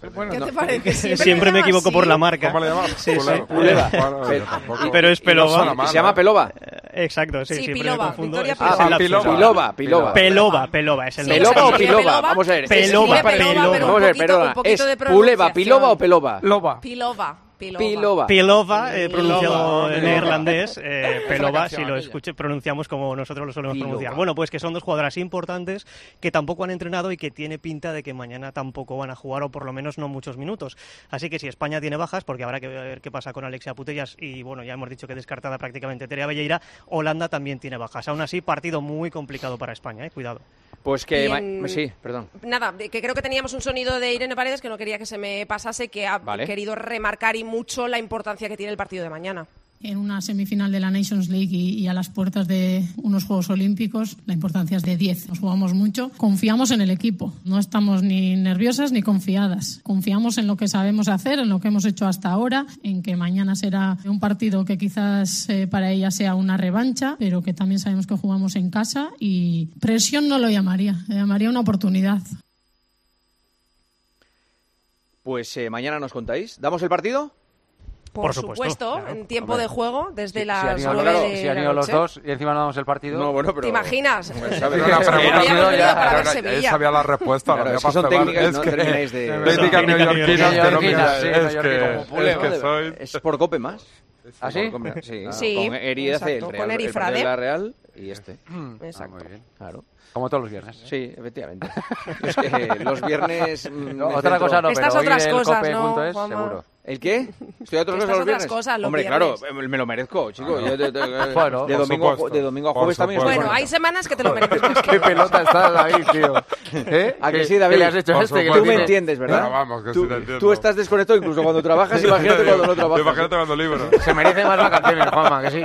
pero-
¿Qué
no.
te parece?
Siempre,
le
me
llamas
equivoco
así.
por la marca. Sí, sí.
Puleva. [LAUGHS] Puleva.
Pero-
Pel- tampoco.
Pero es
Y no suena
Pelova.
mal, ¿Se llama ¿no? Pelova?
Eh, Exacto, sí,
Sí,
siempre
Pilova,
me confundo.
Victoria
Es- es el
Pilova. Ah,
lapsus.
Pilova, Pilova, Pilova.
Pelova, Pelova es el
Sí, Pelova o Pilova, vamos a ver.
Pelova, Pelova.
Vamos a ver, perdona. ¿Es Puleva, Pilova o Pelova?
Loba.
Pilova Pilova,
Pilova.
Pilova, eh, pronunciado
Pilova.
en neerlandés, eh,
Es la
Pelova,
canción
si lo
aquella.
escuche, pronunciamos como nosotros lo solemos
Pilova.
pronunciar. Bueno, pues que son dos jugadoras importantes que tampoco han entrenado y que tiene pinta de que mañana tampoco van a jugar, o por lo menos no muchos minutos. Así que si España tiene bajas, porque habrá que ver qué pasa con Alexia Putellas, y bueno, ya hemos dicho que descartada prácticamente Terea Belleira, Holanda también tiene bajas. Aún así, partido muy complicado para España, eh, cuidado.
Pues que... ma-
Bien.
Sí, perdón.
Nada, de- que creo que teníamos un sonido de Irene Paredes que no quería que se me pasase, que ha
Vale.
querido remarcar y mucho la importancia que tiene el partido de mañana.
en una semifinal de la Nations League y, y a las puertas de unos Juegos Olímpicos, la importancia es de 10. Nos jugamos mucho, confiamos en el equipo, no estamos ni nerviosas ni confiadas. Confiamos en lo que sabemos hacer, en lo que hemos hecho hasta ahora, en que mañana será un partido que quizás eh, para ella sea una revancha, pero que también sabemos que jugamos en casa y presión no lo llamaría, le llamaría una oportunidad.
Pues eh, mañana nos contáis. ¿Damos el partido?
Por,
Por
supuesto,
supuesto, claro.
en tiempo
Hombre.
de juego, desde
Si-
las
si han ido,
9
claro,
de
si han
la
ido los
noche.
dos y encima no damos el partido. No,
bueno,
¿Te imaginas?
[LAUGHS]
Era una pregunta, ¿no? Ya, ya, ya sabía la respuesta.
Claro,
la
es que son
había
técnicas, no
pastelado.
termináis de-
Técnicas
Técnicas
neoyorquinas, que no
neoyorquinas,
miras.
sí,
Es
neoyorquinas,
que-
como pule,
es que
madre.
soy...
Es por cope más.
¿Ah,
Por
sí?
cope más, Sí.
Sí,
Con Eri hace el
exacto,
Real-
con Eri
el partido de
Frade. Mm.
la Real y este.
Exacto.
[LAUGHS]
Claro.
Como todos los viernes. ¿eh?
Sí, efectivamente. [LAUGHS] Es que los viernes... mm,
No,
me
otra
centro-
cosa no, Estas pero oír otras el cosas, cope.es, ¿no, Juanma? seguro.
¿El qué? ¿Estoy a otras cosas los
Estas otras
viernes?
cosas los
Hombre,
viernes.
claro, eh, me lo merezco, chico.
Claro.
Yo te-
[LAUGHS]
te-
Bueno,
de,
por
domingo a, ju-
supuesto.
de domingo a
Por
jueves también estoy
Bueno, hay semanas que te lo mereces. más
[LAUGHS]
que
¿Qué
otras.
pelota está David,
[LAUGHS]
tío? ¿Eh?
¿A que
¿Qué-
sí, David?
qué le has hecho a
Por
este? que le
supuesto. Tú me
tiene-
entiendes, ¿verdad?
Pero vamos, que
tú,
sí te entiendo.
tú estás desconectado incluso
[LAUGHS]
cuando trabajas, imagínate cuando no trabajas.
Imagínate cuando libro.
Se merece más vacaciones, Juanma, que sí.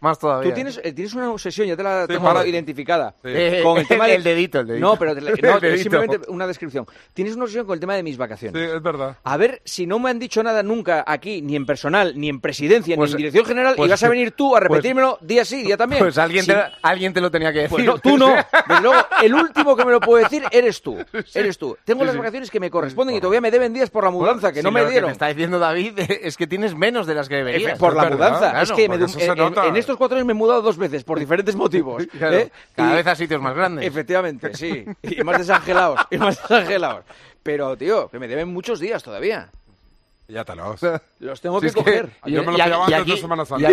Más todavía.
Tú tienes, eh, tienes una obsesión, ya te la tengo
para-
identificada.
Sí. Eh, El dedito, el dedito.
No, pero te la-
[LAUGHS] El
no,
dedito.
simplemente una descripción. Tienes una obsesión con el tema de mis vacaciones.
Sí, es verdad.
A ver si no me han dicho nada nunca aquí, ni en personal, ni en presidencia, ni en dirección general,
pues-
y vas a venir tú a repetírmelo día sí, día también.
Pues alguien,
Si-
te, alguien te lo tenía que decir.
pues no, tú no.
[LAUGHS]
Desde luego, el último que me lo puede decir eres tú. Eres tú. Tengo
Sí,
las
sí.
vacaciones que me corresponden y todavía me deben días por la mudanza, que
Si
no me
lo
dieron.
me está diciendo David [LAUGHS] es que tienes menos de las que
Efe-
deberías.
Por la
Es verdad.
mudanza. es
Claro,
que
porque
me du-
eso se
en, en-
nota.
en estos cuatro años me he mudado dos veces por diferentes motivos.
Claro,
¿eh?
cada
Y-
vez a sitios más grandes.
Efectivamente, sí. Y más desangelados. Y más desangelados. Pero, tío, que me deben muchos días todavía.
Ya te los.
[LAUGHS] Los tengo
Si
que
es que
coger.
yo me los pillaba antes de Semana Santa.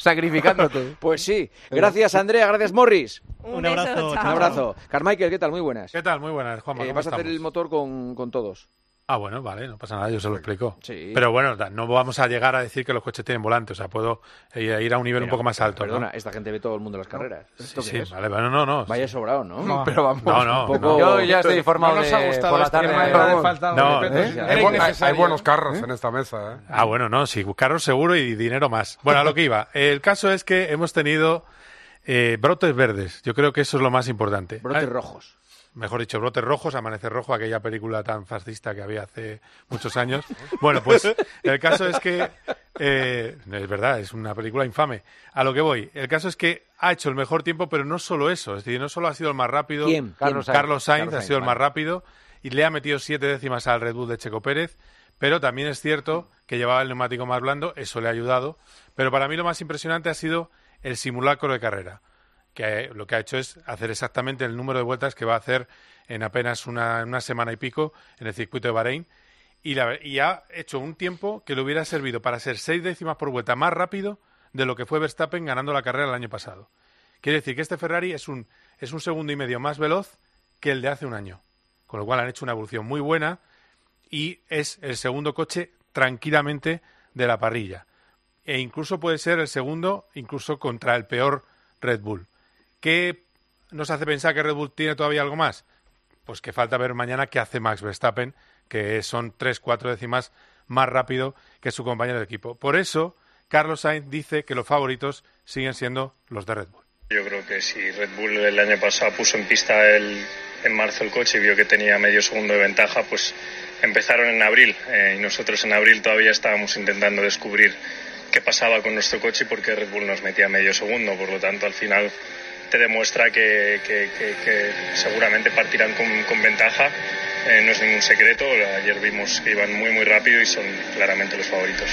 sacrificándote.
Pues sí. Gracias, Andrea. Gracias, Morris.
Un Un beso, abrazo,
Un
chao.
abrazo. Carmichael, ¿qué tal? Muy buenas.
¿Qué tal? Muy buenas, Juanma.
Eh,
¿cómo
vas a hacer
estamos?
el motor con, con todos.
Ah, bueno, vale, no pasa nada, yo se lo explico.
Sí.
Pero bueno, da- no vamos a llegar a decir que los coches tienen volante, o sea, puedo eh, ir a un nivel un
Pero,
poco más alto. ¿no?
Perdona, esta gente ve todo el mundo las carreras. ¿Esto
Sí,
qué
sí,
es?
vale, bueno, no, no.
Vaya sobrado, ¿no?
No, pero vamos. No, no,
Un
no.
poco-
Yo ya estoy
informado
No nos ha de- gustado por la este tarde, tema de la Ramón. falta de
No,
respeto,
¿eh?
sí, Hay buenos- hay necesario. buenos carros en esta mesa, ¿eh?
Ah, bueno, no, sí, carros seguro y dinero más. Bueno, a lo que iba. [LAUGHS] El caso es que hemos tenido eh, brotes verdes. Yo creo que eso es lo más importante.
Brotes
Ah,
rojos.
Mejor dicho, Brotes Rojos, Amanecer Rojo, aquella película tan fascista que había hace muchos años. Bueno, pues el caso es que. eh, es verdad, es una película infame. A lo que voy. El caso es que ha hecho el mejor tiempo, pero no solo eso. Es decir, no solo ha sido el más rápido.
¿Quién?
Carlos,
¿Quién?
Carlos Sainz
Carlos
ha sido
Sainz,
el más
vale.
rápido y le ha metido siete décimas al Red Bull de Checo Pérez. Pero también es cierto que llevaba el neumático más blando, eso le ha ayudado. Pero para mí lo más impresionante ha sido el simulacro de carrera que eh, lo que ha hecho es hacer exactamente el número de vueltas que va a hacer en apenas una, una semana y pico en el circuito de Bahrein. Y, la- y ha hecho un tiempo que le hubiera servido para ser seis décimas por vuelta más rápido de lo que fue Verstappen ganando la carrera el año pasado. Quiere decir que este Ferrari es un, es un segundo y medio más veloz que el de hace un año. Con lo cual han hecho una evolución muy buena y es el segundo coche tranquilamente de la parrilla. E incluso puede ser el segundo, incluso contra el peor Red Bull. ¿Qué nos hace pensar que Red Bull tiene todavía algo más? Pues que falta ver mañana qué hace Max Verstappen, que son tres, cuatro décimas más rápido que su compañero de equipo. Por eso, Carlos Sainz dice que los favoritos siguen siendo los de Red Bull.
Yo creo que si Red Bull el año pasado puso en pista el, en marzo el coche y vio que tenía medio segundo de ventaja, pues empezaron en abril eh, y nosotros en abril todavía estábamos intentando descubrir qué pasaba con nuestro coche y por qué Red Bull nos metía medio segundo. Por lo tanto, al final te demuestra que, que- que- que seguramente partirán con, con ventaja. Eh, no es ningún secreto, ayer vimos que iban muy muy rápido y son claramente los favoritos.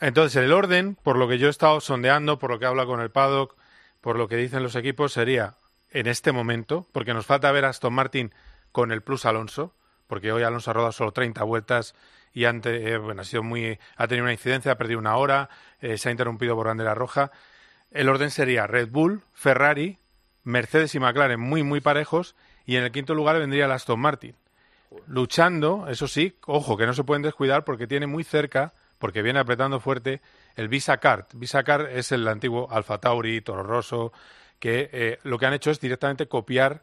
Entonces, el orden, por lo que yo he estado sondeando, por lo que habla con el paddock, por lo que dicen los equipos, sería en este momento, porque nos falta ver a Aston Martin con el plus Alonso, porque hoy Alonso ha rodado solo 30 vueltas y ante, eh, bueno, ha, sido muy, ha tenido una incidencia, ha perdido una hora, eh, se ha interrumpido por bandera roja. El orden sería Red Bull, Ferrari, Mercedes y McLaren muy, muy parejos, y en el quinto lugar vendría el Aston Martin luchando, eso sí, ojo, que no se pueden descuidar porque tiene muy cerca, porque viene apretando fuerte, el Visa Card. Visa Card es el antiguo Alfa Tauri, Toro Rosso, que eh, lo que han hecho es directamente copiar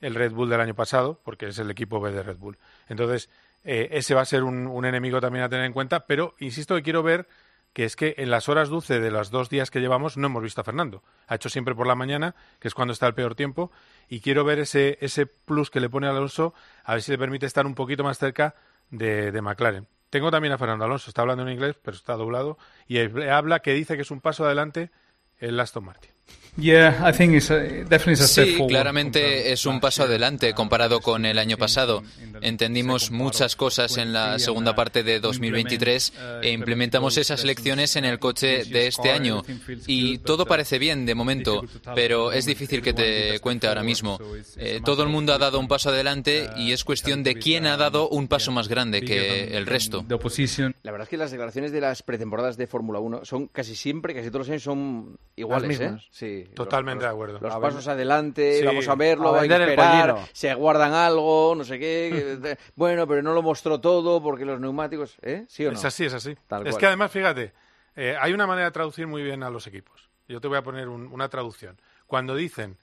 el Red Bull del año pasado, porque es el equipo B de Red Bull. Entonces, eh, ese va a ser un, un enemigo también a tener en cuenta, pero insisto que quiero ver que es que en las horas dulce de los dos días que llevamos no hemos visto a Fernando. Ha hecho siempre por la mañana, que es cuando está el peor tiempo, y quiero ver ese, ese plus que le pone Alonso, a ver si le permite estar un poquito más cerca de, de McLaren. Tengo también a Fernando Alonso, está hablando en inglés, pero está doblado, y habla que dice que es un paso adelante el Aston Martin.
Yeah, I think it's a- definitely it's a step
Sí,
forward.
claramente es un paso adelante comparado con el año pasado. Entendimos muchas cosas en la segunda parte de 2023 e implementamos esas lecciones en el coche de este año. Y todo parece bien de momento, pero es difícil que te cuente ahora mismo. Eh, todo el mundo ha dado un paso adelante y es cuestión de quién ha dado un paso más grande que el resto.
The opposition.
La verdad es que las declaraciones de las pretemporadas de Fórmula 1 son casi siempre, casi todos los años son iguales,
Las mismas.
¿eh? Sí.
Totalmente
Los-
de acuerdo.
Los
A ver.
pasos adelante,
Sí.
vamos a verlo,
A
hay que
vender el
esperar,
pollino.
se guardan algo, no
[LAUGHS]
sé qué. que- bueno, pero no lo mostró todo porque los neumáticos, ¿eh? ¿Sí o no?
Es así, es así.
Tal
es
cual.
que además, fíjate, eh, hay una manera de traducir muy bien a los equipos. Yo te voy a poner un- una traducción. Cuando dicen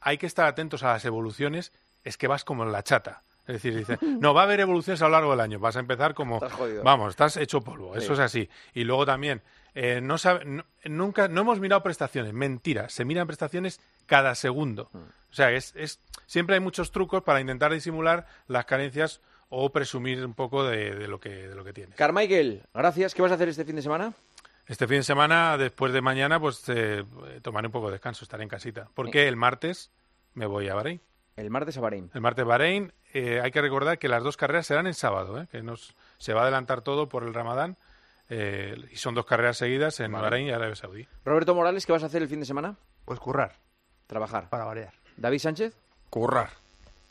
hay que estar atentos a las evoluciones, es que vas como en la chata. Es decir,
[LAUGHS]
dicen, no, va a haber evoluciones a lo largo del año. Vas a empezar como,
Estás jodido.
vamos, estás hecho polvo.
Sí.
Eso es así. Y luego también, eh, no sabe- no- nunca, no hemos mirado prestaciones. Mentira, se miran prestaciones cada segundo.
Mm.
O sea, es, es- siempre hay muchos trucos para intentar disimular las carencias o presumir un poco de, de lo, que, de lo que tienes.
Carmichael, gracias. ¿Qué vas a hacer este fin de semana?
Este fin de semana, después de mañana, pues eh, tomaré un poco de descanso, estaré en casita. Porque el martes me voy a Bahrein.
El martes a Bahrein.
El martes Bahrein. Eh, hay que recordar que las dos carreras serán en sábado, ¿eh? que nos, se va a adelantar todo por el Ramadán. eh, y son dos carreras seguidas en
Vale.
Bahrein y Arabia Saudí.
Roberto Morales, ¿qué vas a hacer el fin de semana?
Pues currar.
Trabajar.
Para variar.
David
[LAUGHS]
Sánchez.
Currar.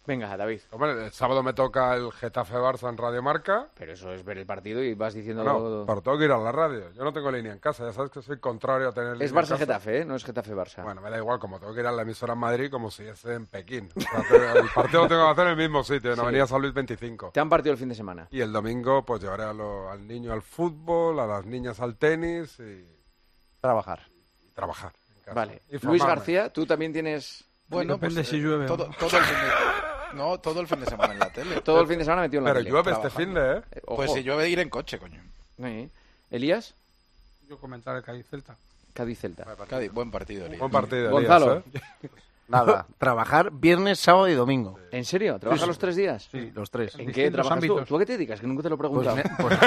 Venga, David.
Hombre, el sábado me toca el Getafe Barça en Radio Marca.
Pero eso es ver el partido y vas diciendo.
No, pero tengo que ir a la radio. Yo no tengo línea en casa. Ya sabes que soy contrario a tener línea
Es
en
Barça
casa.
Getafe, ¿eh? No es Getafe Barça.
Bueno, me da igual, como tengo que ir a la emisora en Madrid, como si es en Pekín. O sea, te- el partido lo tengo que hacer en el mismo sitio, en
Sí.
Avenida San Luis 25.
Te han partido el fin de semana.
Y el domingo, pues llevaré a lo- al niño al fútbol, a las niñas al tenis y
Trabajar.
trabajar. en casa.
Vale.
Informarme.
Luis [LAUGHS] García, tú también tienes.
Bueno, pues, eh, Todo, todo el fin de... No, todo el fin de semana en la tele.
[LAUGHS] Todo el fin de semana metido en la
Pero
tele,
llueve este
trabajando.
fin de, ¿eh?
ojo.
Pues si llueve, ir en coche, coño.
Sí. ¿Elías?
Yo comentar el Cádiz Celta.
Cádiz Celta.
Cádiz, buen partido, Elías.
Gonzalo.
¿eh?
[LAUGHS]
Nada, [LAUGHS] trabajar viernes, sábado y domingo.
¿En serio? ¿Trabajas
Sí, sí.
los tres días?
Sí, los tres.
¿En qué
distintos
trabajas tú?
ámbitos.
¿Tú a qué te dedicas? Que nunca te lo he
Pues
preguntado.
me-
[LAUGHS]
pues-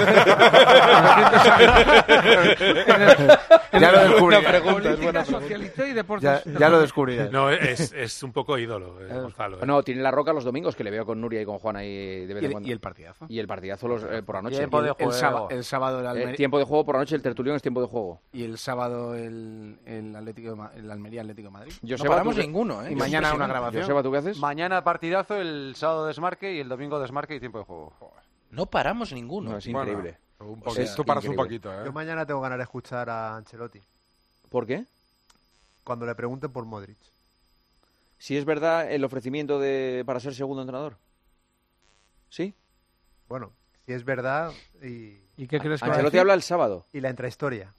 [LAUGHS] Ya lo descubrirás. Buena pregunta, es buena Política, pregunta. socialité y deportes. Ya- ya lo [LAUGHS] descubrirás.
No, es, es un poco ídolo, eh, Gonzalo. eh.
Pues No, tiene la roca los domingos, que le veo con Nuria y con Juan ahí de vez en
Y el-
cuando.
y el partidazo.
Y el partidazo los, eh, por la noche.
Tiempo de El juego. saba- el sábado el
Eh,
Almería.
tiempo de juego por la noche, el tertulión es tiempo de juego.
Y el sábado el, el Atlético de Ma- el Almería Atlético de Madrid.
Joseba, ¿tú qué-
¿eh? Y mañana una grabación.
Joseba, ¿tú qué haces?
Mañana partidazo, el sábado desmarque y el domingo desmarque y tiempo de juego.
No paramos ninguno.
No, es increíble.
un
poquito, tú paras un poquito,
¿eh?
Yo mañana tengo ganas de escuchar a Ancelotti
¿Por qué?
cuando le pregunten por Modric.
Si es verdad el ofrecimiento de para ser segundo entrenador. ¿Sí?
Bueno, si es verdad eh, y...
¿Y qué
crees que va a Ancelotti decir? habla el sábado.
Y la intrahistoria.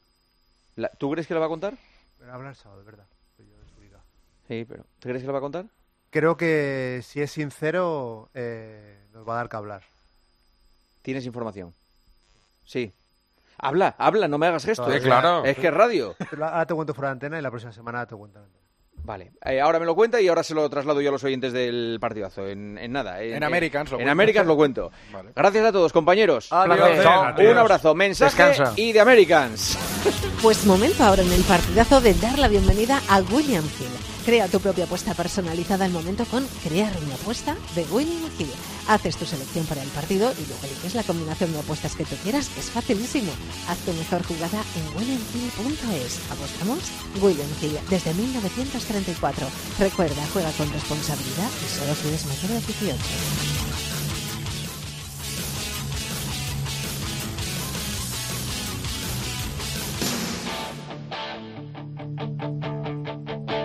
La- ¿Tú crees que lo va a contar?
Pero habla el sábado, es verdad. Soy yo desubicado.
Sí, pero ¿tú crees que lo va a contar?
Creo que si es sincero, eh, nos va a dar que hablar.
¿Tienes información? Sí. Habla, habla, no me hagas gestos.
Todavía.
Es que es radio.
Te la- Ahora te cuento fuera de antena y la próxima semana te cuento.
Vale, eh, ahora me lo cuenta y ahora se lo traslado yo a los oyentes del partidazo. En, en nada. eh,
En Americans lo
En
cuento.
Americans lo cuento.
Vale.
Gracias a todos, compañeros.
Adiós.
Chao.
Adiós.
Un abrazo. Mensaje
Descansa.
y de Americans.
Pues momento ahora en el partidazo de dar la bienvenida a William Hill. Crea tu propia apuesta personalizada al momento con Crear una apuesta de William Hill. Haces tu selección para el partido y luego eliges la combinación de apuestas que tú quieras, que es facilísimo. Haz tu mejor jugada en williamhill.es. ¿Apostamos? William Hill, desde 1934. Recuerda, juega con responsabilidad y solo si eres mayor de 18.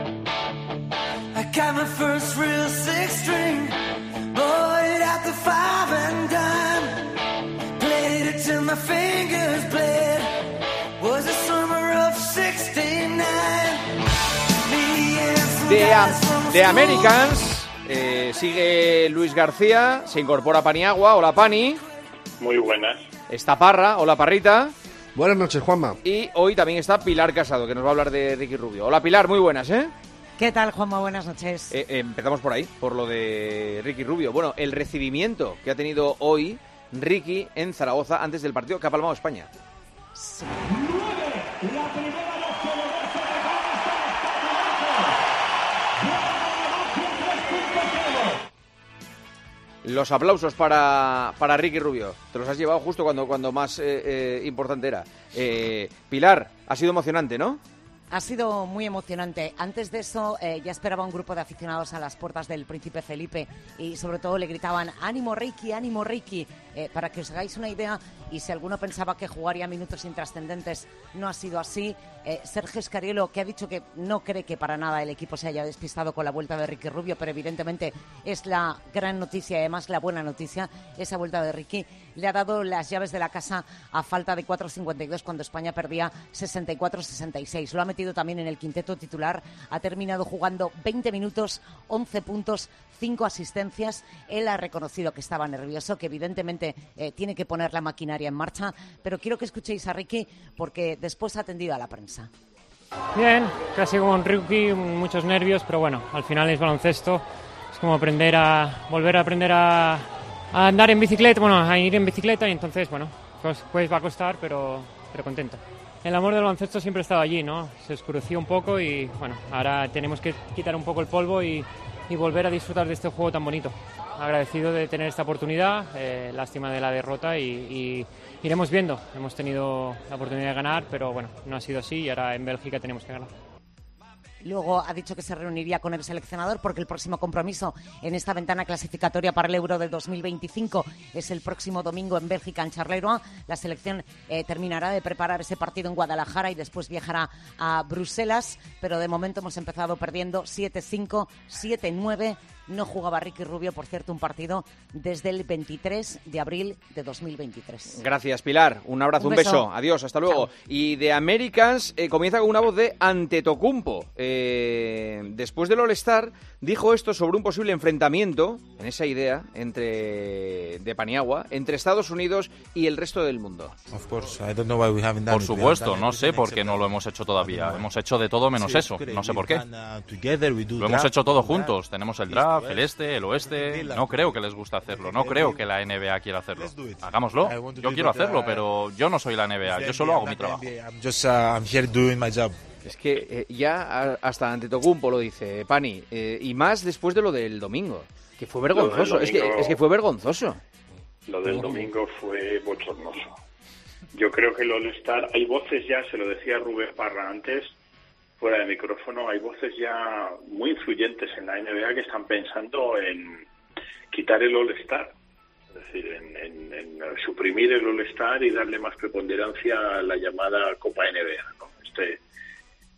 I got my first real six string, bought it at the five and dime. Played it till my fingers bled. Was the summer of '69. Me and some
De,
guys from
de
school.
Americans eh, sigue Luis García, se incorpora Paniagua. Hola, Pani.
Muy buenas.
Está Parra. Hola, Parrita.
Buenas noches, Juanma.
Y hoy también está Pilar Casado, que nos va a hablar de Ricky Rubio. Hola, Pilar, muy buenas, ¿eh?
¿Qué tal, Juanma? Buenas noches.
Eh, eh, empezamos por ahí, por lo de Ricky Rubio. Bueno, el recibimiento que ha tenido hoy Ricky en Zaragoza antes del partido que ha palmado España.
La primera vez que lo va a hacer,
Los aplausos para, para Ricky Rubio. Te los has llevado justo cuando, cuando más eh, eh, importante era. Eh, Pilar, ha sido emocionante, ¿no?
Ha sido muy emocionante. Antes de eso eh, ya esperaba un grupo de aficionados a las puertas del príncipe Felipe y sobre todo le gritaban ánimo Ricky, ánimo Ricky, Eh, para que os hagáis una idea y si alguno pensaba que jugaría minutos intrascendentes, no ha sido así. Eh, Sergio Escariolo, que ha dicho que no cree que para nada el equipo se haya despistado con la vuelta de Ricky Rubio, pero evidentemente es la gran noticia y además la buena noticia, esa vuelta de Ricky, le ha dado las llaves de la casa a falta de 4.52 cuando España perdía 64-66. Lo ha metido también en el quinteto titular. Ha terminado jugando 20 minutos, 11 puntos, 5 asistencias. Él ha reconocido que estaba nervioso, que evidentemente eh, tiene que poner la maquinaria en marcha. Pero quiero que escuchéis a Ricky porque después ha atendido a la prensa.
Bien, casi como un rookie, muchos nervios, pero bueno, al final es baloncesto. Es como aprender a volver a aprender a, a andar en bicicleta, bueno, a ir en bicicleta y entonces, bueno, pues, pues va a costar, pero, pero contento. El amor del baloncesto siempre ha estado allí, ¿no? Se oscureció un poco y bueno, ahora tenemos que quitar un poco el polvo y, y volver a disfrutar de este juego tan bonito. Agradecido de tener esta oportunidad, eh, lástima de la derrota y, y iremos viendo. Hemos tenido la oportunidad de ganar, pero bueno, no ha sido así y ahora en Bélgica tenemos que ganar.
Luego ha dicho que se reuniría con el seleccionador porque el próximo compromiso en esta ventana clasificatoria para el Euro de 2025 es el próximo domingo en Bélgica, en Charleroi. La selección eh, terminará de preparar ese partido en Guadalajara y después viajará a Bruselas, pero de momento hemos empezado perdiendo 7-5, 7-9. No jugaba Ricky Rubio, por cierto, un partido desde el 23 de abril de 2023.
Gracias, Pilar. Un abrazo, un,
Un
beso.
beso.
Adiós, hasta luego. Y de Americans eh, comienza con una voz de Antetokounmpo. Eh, después del All-Star, dijo esto sobre un posible enfrentamiento, en esa idea, entre de Paniagua, entre Estados Unidos y el resto del mundo.
Por supuesto, no sé por qué no lo hemos hecho todavía. Hemos hecho de todo menos eso. No sé por qué. Lo hemos hecho todo juntos. Tenemos el draft, el este, el oeste. No creo que les guste hacerlo. No creo que la NBA quiera hacerlo. Hagámoslo. Yo quiero hacerlo, pero yo no soy la NBA. Yo solo hago mi trabajo.
Just, uh, I'm here doing my job.
Es que eh, ya a- hasta Antetokounmpo lo dice, eh, Pani. eh, y más después de lo del domingo, que fue
del
vergonzoso. Es que,
domingo-
es que fue vergonzoso.
Lo del domingo fue bochornoso. Yo creo que el All-Star, hay voces ya, se lo decía Rubén Parra antes, fuera de micrófono, hay voces ya muy influyentes en la NBA que están pensando en quitar el All-Star, es decir, en, en- en suprimir el All-Star y darle más preponderancia a la llamada Copa NBA, ¿no? Este,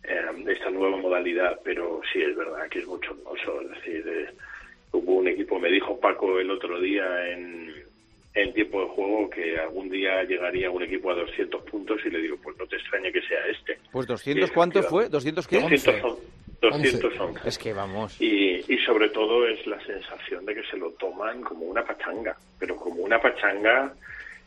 eh, esta nueva modalidad, pero sí es verdad que es bochornoso, es decir, eh, hubo un equipo, me dijo Paco el otro día en, en tiempo de juego que algún día llegaría un equipo a 200 puntos y le digo, pues no te extraña que sea este.
Pues 200, ¿cuánto fue? ¿200 qué?
211. 211.
Es que vamos.
Y, y sobre todo es la sensación de que se lo toman como una pachanga, pero como una pachanga...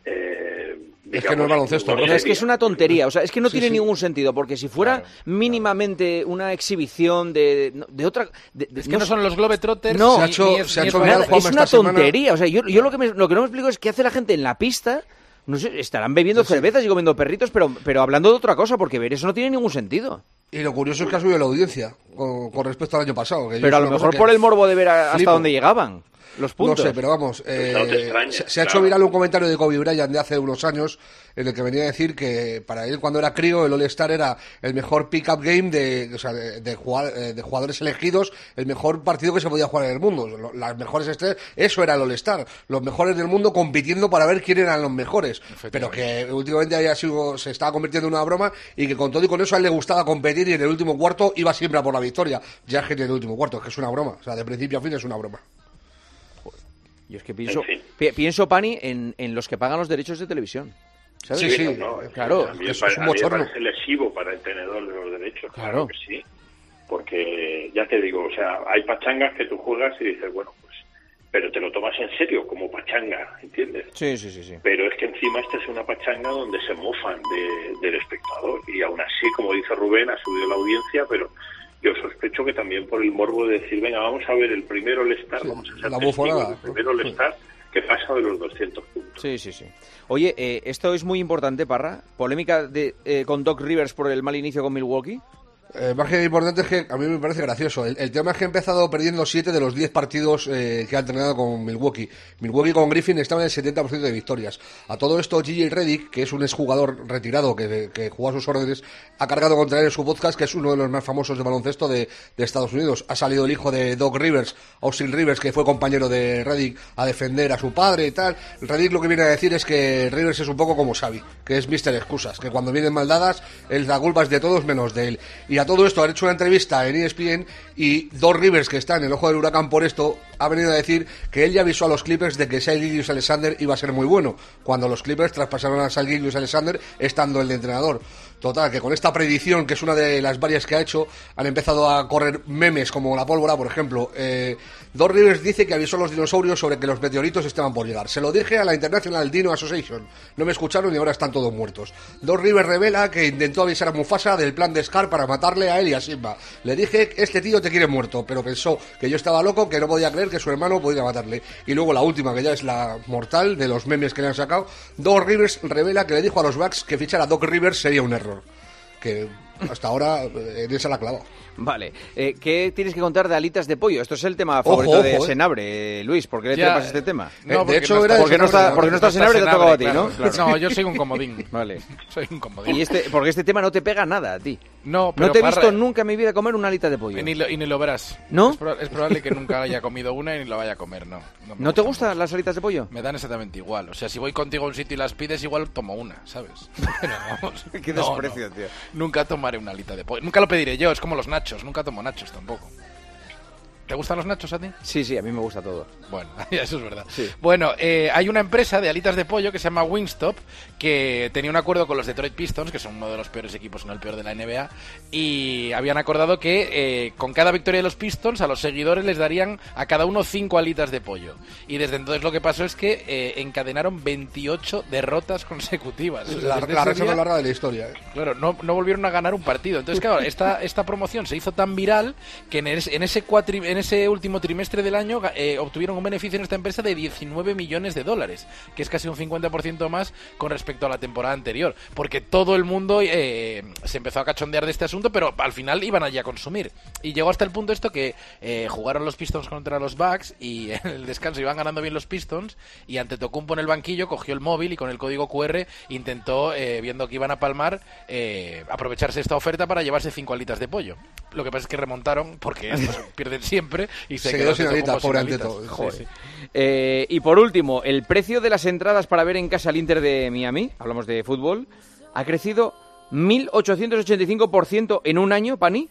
eh, digamos,
No, es que
seria.
es una tontería, o sea, es que no
Sí,
tiene
sí.
ningún sentido, porque si fuera mínimamente una exhibición de, no, de otra... de- de-
Es que no son los Globetrotters
No,
ni- ni es- ni es
nada,
Ronald Juanma
es una
esta semana.
tontería, o sea, yo, yo lo, que me- lo que no me explico es qué hace la gente en la pista... No sé, estarán bebiendo cervezas y comiendo perritos, pero, pero hablando de otra cosa, porque ver eso no tiene ningún sentido.
Y lo curioso es que ha subido la audiencia con, con respecto al año pasado. que yo es
Pero a lo
una cosa
mejor
que
por el morbo de ver a- hasta
flipo.
dónde llegaban los puntos.
No sé, pero vamos, eh,
no te extrañes,
se, se ha hecho
claro.
viral un comentario de Kobe Bryant de hace unos años en el que venía a decir que para él cuando era crío el All-Star era el mejor pick-up game de, o sea, de, de jugar- eh, de jugadores elegidos, el mejor partido que se podía jugar en el mundo. Lo- Las mejores estrellas, eso era el All-Star, los mejores del mundo compitiendo para ver quién eran los mejores. Pero que últimamente había sido, se estaba convirtiendo en una broma y que con todo y con eso a él le gustaba competir y en el último cuarto iba siempre a por la victoria. Ya es que en el último cuarto, es que es una broma, o sea, de principio a fin es una broma.
Yo es que pienso, pi- pienso Pani, en, en los que pagan los derechos de televisión. ¿sabes?
Sí, sí, no, es que
claro.
a mí me pare- a mí me parece lesivo para el tenedor de los derechos, claro.
Claro.
que sí. Porque, ya te digo, o sea, hay pachangas que tú juegas y dices, bueno, pues, pero te lo tomas en serio, como pachanga, ¿entiendes?
Sí, sí, sí, sí.
Pero es que encima esta es una pachanga donde se mofan de- del espectador. Y aún así, como dice Rubén, ha subido la audiencia, pero yo sospecho que también por el morbo de decir, venga, vamos a ver el primero All-Star, vamos a ser
la
testigos
bufonada.
del primero All-Star, que pasa de los 200 puntos.
Sí, sí, sí. Oye, eh, esto es muy importante, Parra. Polémica de, eh, con Doc Rivers por el mal inicio con Milwaukee. [LAUGHS]
Eh, más que importante es que a mí me parece gracioso. El, el tema es que ha empezado perdiendo 7 de los 10 partidos eh, que ha entrenado con Milwaukee. Milwaukee con Griffin estaba en el 70% de victorias. A todo esto, Gigi Reddick, que es un exjugador retirado que, que jugó a sus órdenes, ha cargado contra él en su podcast, que es uno de los más famosos de baloncesto de, de Estados Unidos. Ha salido el hijo de Doc Rivers, Austin Rivers, que fue compañero de Reddick, a defender a su padre y tal. Reddick lo que viene a decir es que Rivers es un poco como Xavi, que es Mister Excusas, que cuando vienen maldadas, él da culpas de todos menos de él. Y a todo esto han hecho una entrevista en E ESPN y Dos Rivers, que está en el ojo del huracán por esto, ha venido a decir que él ya avisó a los Clippers de que Gillius Alexander iba a ser muy bueno, cuando los Clippers traspasaron a Gillius Alexander estando el de entrenador. Total, que con esta predicción, que es una de las varias que ha hecho, han empezado a correr memes como la pólvora, por ejemplo. Eh, Dos Rivers dice que avisó a los dinosaurios sobre que los meteoritos estaban por llegar. Se lo dije a la International Dino Association. No me escucharon y ahora están todos muertos. Dos Rivers revela que intentó avisar a Mufasa del plan de Scar para matarle a él y a Simba. Le dije, este tío te quiere muerto, pero pensó que yo estaba loco, que no podía creer que su hermano podía matarle. Y luego la última, que ya es la mortal de los memes que le han sacado. Dos Rivers revela que le dijo a los Bucks que fichar a Doc Rivers sería un error. Que hasta ahora eh, en esa la clava.
Vale. Eh, ¿Qué tienes que contar de alitas de pollo? Esto es el tema favorito
ojo,
de
eh.
Senabre, eh, Luis. ¿Por qué le
Ya,
trepas este tema?
no, Eh, de porque hecho, no era está-
porque no está, porque no está Senabre, te ha tocado a ti,
claro,
¿no?
claro. No, yo soy un comodín.
[LAUGHS] Vale.
Soy un comodín.
Y este, porque este tema no te pega nada a ti.
No, pero
no te he
Parra- eh.
visto nunca en mi vida comer una alita de pollo.
Ni lo- y ni lo verás.
¿No?
Es, proba- es probable que nunca haya comido una y ni la vaya a comer, no. No, me
¿No te gustan las alitas de pollo?
Me dan exactamente igual. O sea, si voy contigo a un sitio y las pides, igual tomo una, ¿sabes? [LAUGHS] Pero
[LAUGHS]
vamos.
Qué
no,
desprecio,
no.
tío.
Nunca tomaré una alita de pollo. Nunca lo pediré yo. Es como los nachos. Nunca tomo nachos tampoco. ¿Te gustan los nachos a ti?
Sí, sí, a mí me gusta todo.
Bueno, [LAUGHS] eso es verdad. Bueno, eh, hay una empresa de alitas de pollo que se llama Wingstop, que tenía un acuerdo con los Detroit Pistons, que son uno de los peores equipos, no el peor de la NBA, y habían acordado que eh, con cada victoria de los Pistons a los seguidores les darían a cada uno cinco alitas de pollo. Y desde entonces lo que pasó es que eh, encadenaron 28 derrotas consecutivas. O sea,
La,
desde
la racha
ese
más
día-
larga de la historia. ¿eh?
Claro, no, no volvieron a ganar un partido. Entonces, claro, esta, esta promoción se hizo tan viral que en, es- en ese, cuatri- en ese último trimestre del año ga- eh, obtuvieron un beneficio en esta empresa de 19 millones de dólares, que es casi un 50% más con respecto a la temporada anterior. Porque todo el mundo eh, se empezó a cachondear de este asunto, pero al final iban allí a consumir. Y llegó hasta el punto esto que eh, jugaron los Pistons contra los Bucks y [LAUGHS] en el descanso iban ganando bien los Pistons y ante Tocumpo en el banquillo cogió el móvil y con el código QR intentó, eh, viendo que iban a palmar, eh, aprovecharse esta oferta para llevarse cinco alitas de pollo. Lo que pasa es que remontaron
[LAUGHS]
porque estos pierden siempre y se,
Se quedó sin
Antetokounmpo
alitas, pobre
alitas.
Anteto.
Joder.
Sí,
Eh, y por último, el precio de las entradas para ver en casa al Inter de Miami, hablamos de fútbol, ha crecido 1.885% en un año, Pani.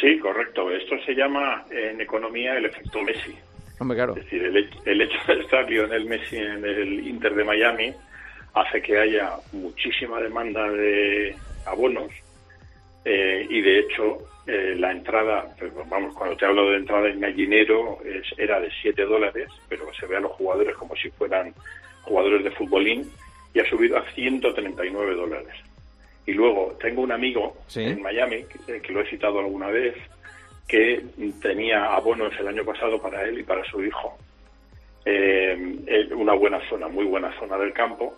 Sí, correcto. Esto se llama eh, en economía el efecto Messi.
Hombre, claro.
Es decir, el, hech- el hecho de estar Lionel Messi en el Inter de Miami hace que haya muchísima demanda de abonos eh, y de hecho eh, la entrada, pues, vamos, cuando te hablo de entrada en gallinero es- era de 7 dólares, pero se ve a los jugadores como si fueran jugadores de futbolín y ha subido a 139 dólares. Y luego tengo un amigo
Sí.
en Miami, que, eh, que lo he citado alguna vez, que tenía abonos el año pasado para él y para su hijo. Eh, en una buena zona, muy buena zona del campo.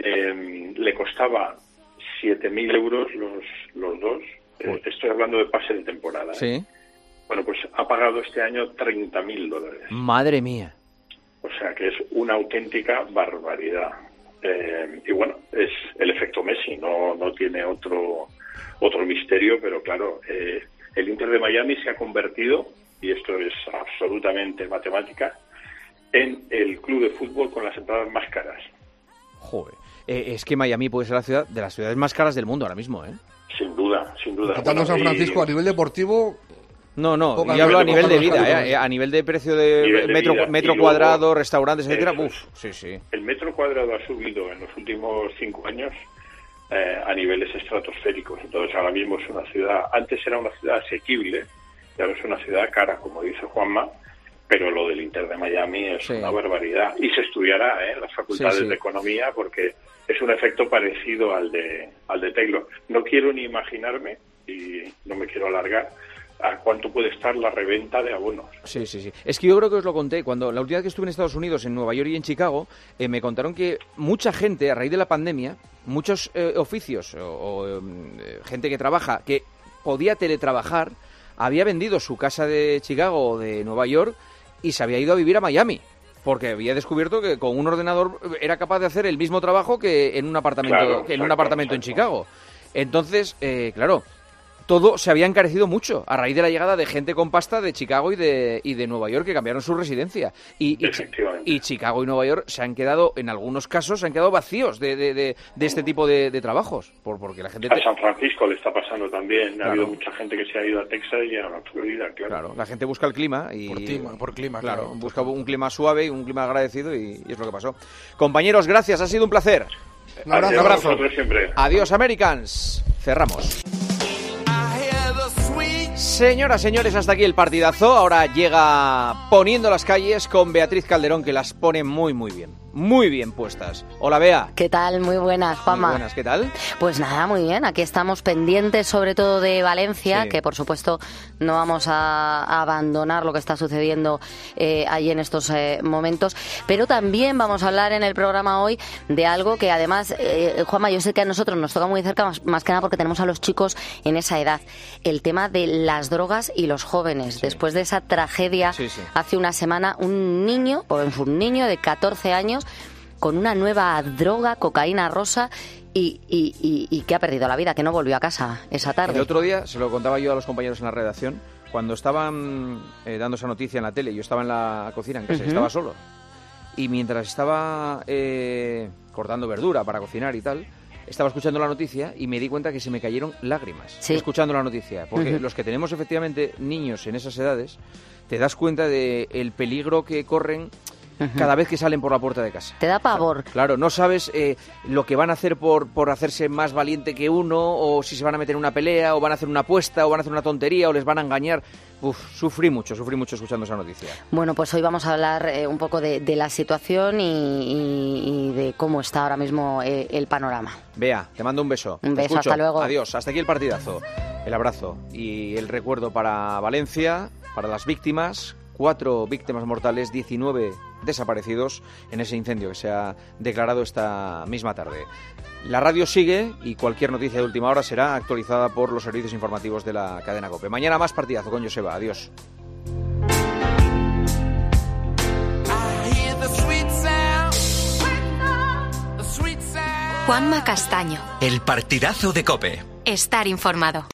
Eh, le costaba 7.000 euros los, los dos. Eh,
Uy.
estoy hablando de pase de temporada. ¿eh?
Sí.
Bueno, pues ha pagado este año 30.000 dólares.
Madre mía.
O sea que es una auténtica barbaridad. Eh, y bueno, es el efecto Messi, no, no tiene otro, otro misterio, pero claro, eh, el Inter de Miami se ha convertido, y esto es absolutamente matemática, en el club de fútbol con las entradas más caras.
Joder. Eh, es que Miami puede ser la ciudad de las ciudades más caras del mundo ahora mismo, ¿eh?
Sin duda, sin duda.
Quitando San
Bueno, y-
Francisco a nivel deportivo,
No, no,
Poca-
yo hablo a
poca-
nivel de
poca-
vida,
poca-
¿eh? a nivel de precio de,
Nivel de
metro,
vida.
metro
Y luego-
cuadrado, restaurantes, etcétera.
Eso
Uf, sí, sí.
El metro cuadrado ha subido en los últimos cinco años eh, a niveles estratosféricos. Entonces ahora mismo es una ciudad, antes era una ciudad asequible, y ahora es una ciudad cara, como dice Juanma, pero lo del Inter de Miami es
Sí.
una barbaridad. Y se estudiará ¿eh? en las facultades
Sí, sí.
de economía porque es un efecto parecido al de, al de Taylor. No quiero ni imaginarme, y no me quiero alargar, a cuánto puede estar la reventa de abonos.
Sí, sí, sí. Es que yo creo que os lo conté. Cuando la última vez que estuve en Estados Unidos, en Nueva York y en Chicago, eh, me contaron que mucha gente, a raíz de la pandemia, muchos eh, oficios o, o, eh, gente que trabaja, que podía teletrabajar, había vendido su casa de Chicago o de Nueva York y se había ido a vivir a Miami. Porque había descubierto que con un ordenador eh, era capaz de hacer el mismo trabajo que en un apartamento,
Claro,
que en un
exacto,
apartamento en
exacto.
Chicago. Entonces, eh, claro, todo se había encarecido mucho a raíz de la llegada de gente con pasta de Chicago y de, y de Nueva York que cambiaron su residencia. Y, y, Chi- y Chicago y Nueva York se han quedado, en algunos casos, se han quedado vacíos de, de- de- de este tipo de, de trabajos. Por, porque la gente,
A San Francisco le está pasando también.
Claro.
Ha habido mucha gente que se ha ido a Texas y a la Florida, claro.
claro, la gente busca el clima. Y, por clima,
claro.
Busca un clima suave y un clima agradecido y, y es lo que pasó. Compañeros, gracias, ha sido un placer.
Adiós, vosotros siempre.
Adiós, Americans. Cerramos. Señoras, señores, hasta aquí el partidazo. Ahora llega poniendo las calles con Beatriz Calderón, que las pone muy, muy bien. Muy bien puestas. Hola, Bea.
¿Qué tal? Muy buenas, Juanma.
Muy buenas, ¿qué tal?
Pues nada, muy bien. Aquí estamos pendientes sobre todo de Valencia,
Sí.
que por supuesto no vamos a a abandonar lo que está sucediendo eh, allí en estos eh, momentos. Pero también vamos a hablar en el programa hoy de algo que además, eh, Juanma, yo sé que a nosotros nos toca muy cerca, más, más que nada porque tenemos a los chicos en esa edad. El tema de las drogas y los jóvenes. Después de esa tragedia
Sí, sí.
hace una semana, un niño, por un niño de 14 años, con una nueva droga, cocaína rosa, y, y- y- y que ha perdido la vida, que no volvió a casa esa tarde.
El otro día se lo contaba yo a los compañeros en la redacción. Cuando estaban eh, dando esa noticia en la tele, yo estaba en la cocina, en casa,
Ujú.
estaba solo. Y mientras estaba eh, cortando verdura para cocinar y tal, estaba escuchando la noticia y me di cuenta que se me cayeron lágrimas
Sí.
escuchando la noticia. Porque
Ujú.
los que tenemos efectivamente niños en esas edades, te das cuenta del el peligro que corren cada vez que salen por la puerta de casa.
Te da pavor.
Claro, no sabes eh, lo que van a hacer por, por hacerse más valiente que uno, o si se van a meter en una pelea, o van a hacer una apuesta, o van a hacer una tontería, o les van a engañar. Uf, sufrí mucho, sufrí mucho escuchando esa noticia.
Bueno, pues hoy vamos a hablar eh, un poco de, de la situación y, y- y de cómo está ahora mismo eh, el panorama.
Vea, te mando un beso.
Un
Te
beso,
escucho.
hasta luego.
Adiós, hasta aquí el partidazo. El abrazo y el recuerdo para Valencia, para las víctimas, cuatro víctimas mortales, 19 desaparecidos en ese incendio que se ha declarado esta misma tarde. La radio sigue y cualquier noticia de última hora será actualizada por los servicios informativos de la cadena COPE. Mañana más partidazo con Joseba. Adiós.
Hear the sweet sound. The sweet sound.
Juanma Castaño.
El partidazo de Cope.
Estar informado.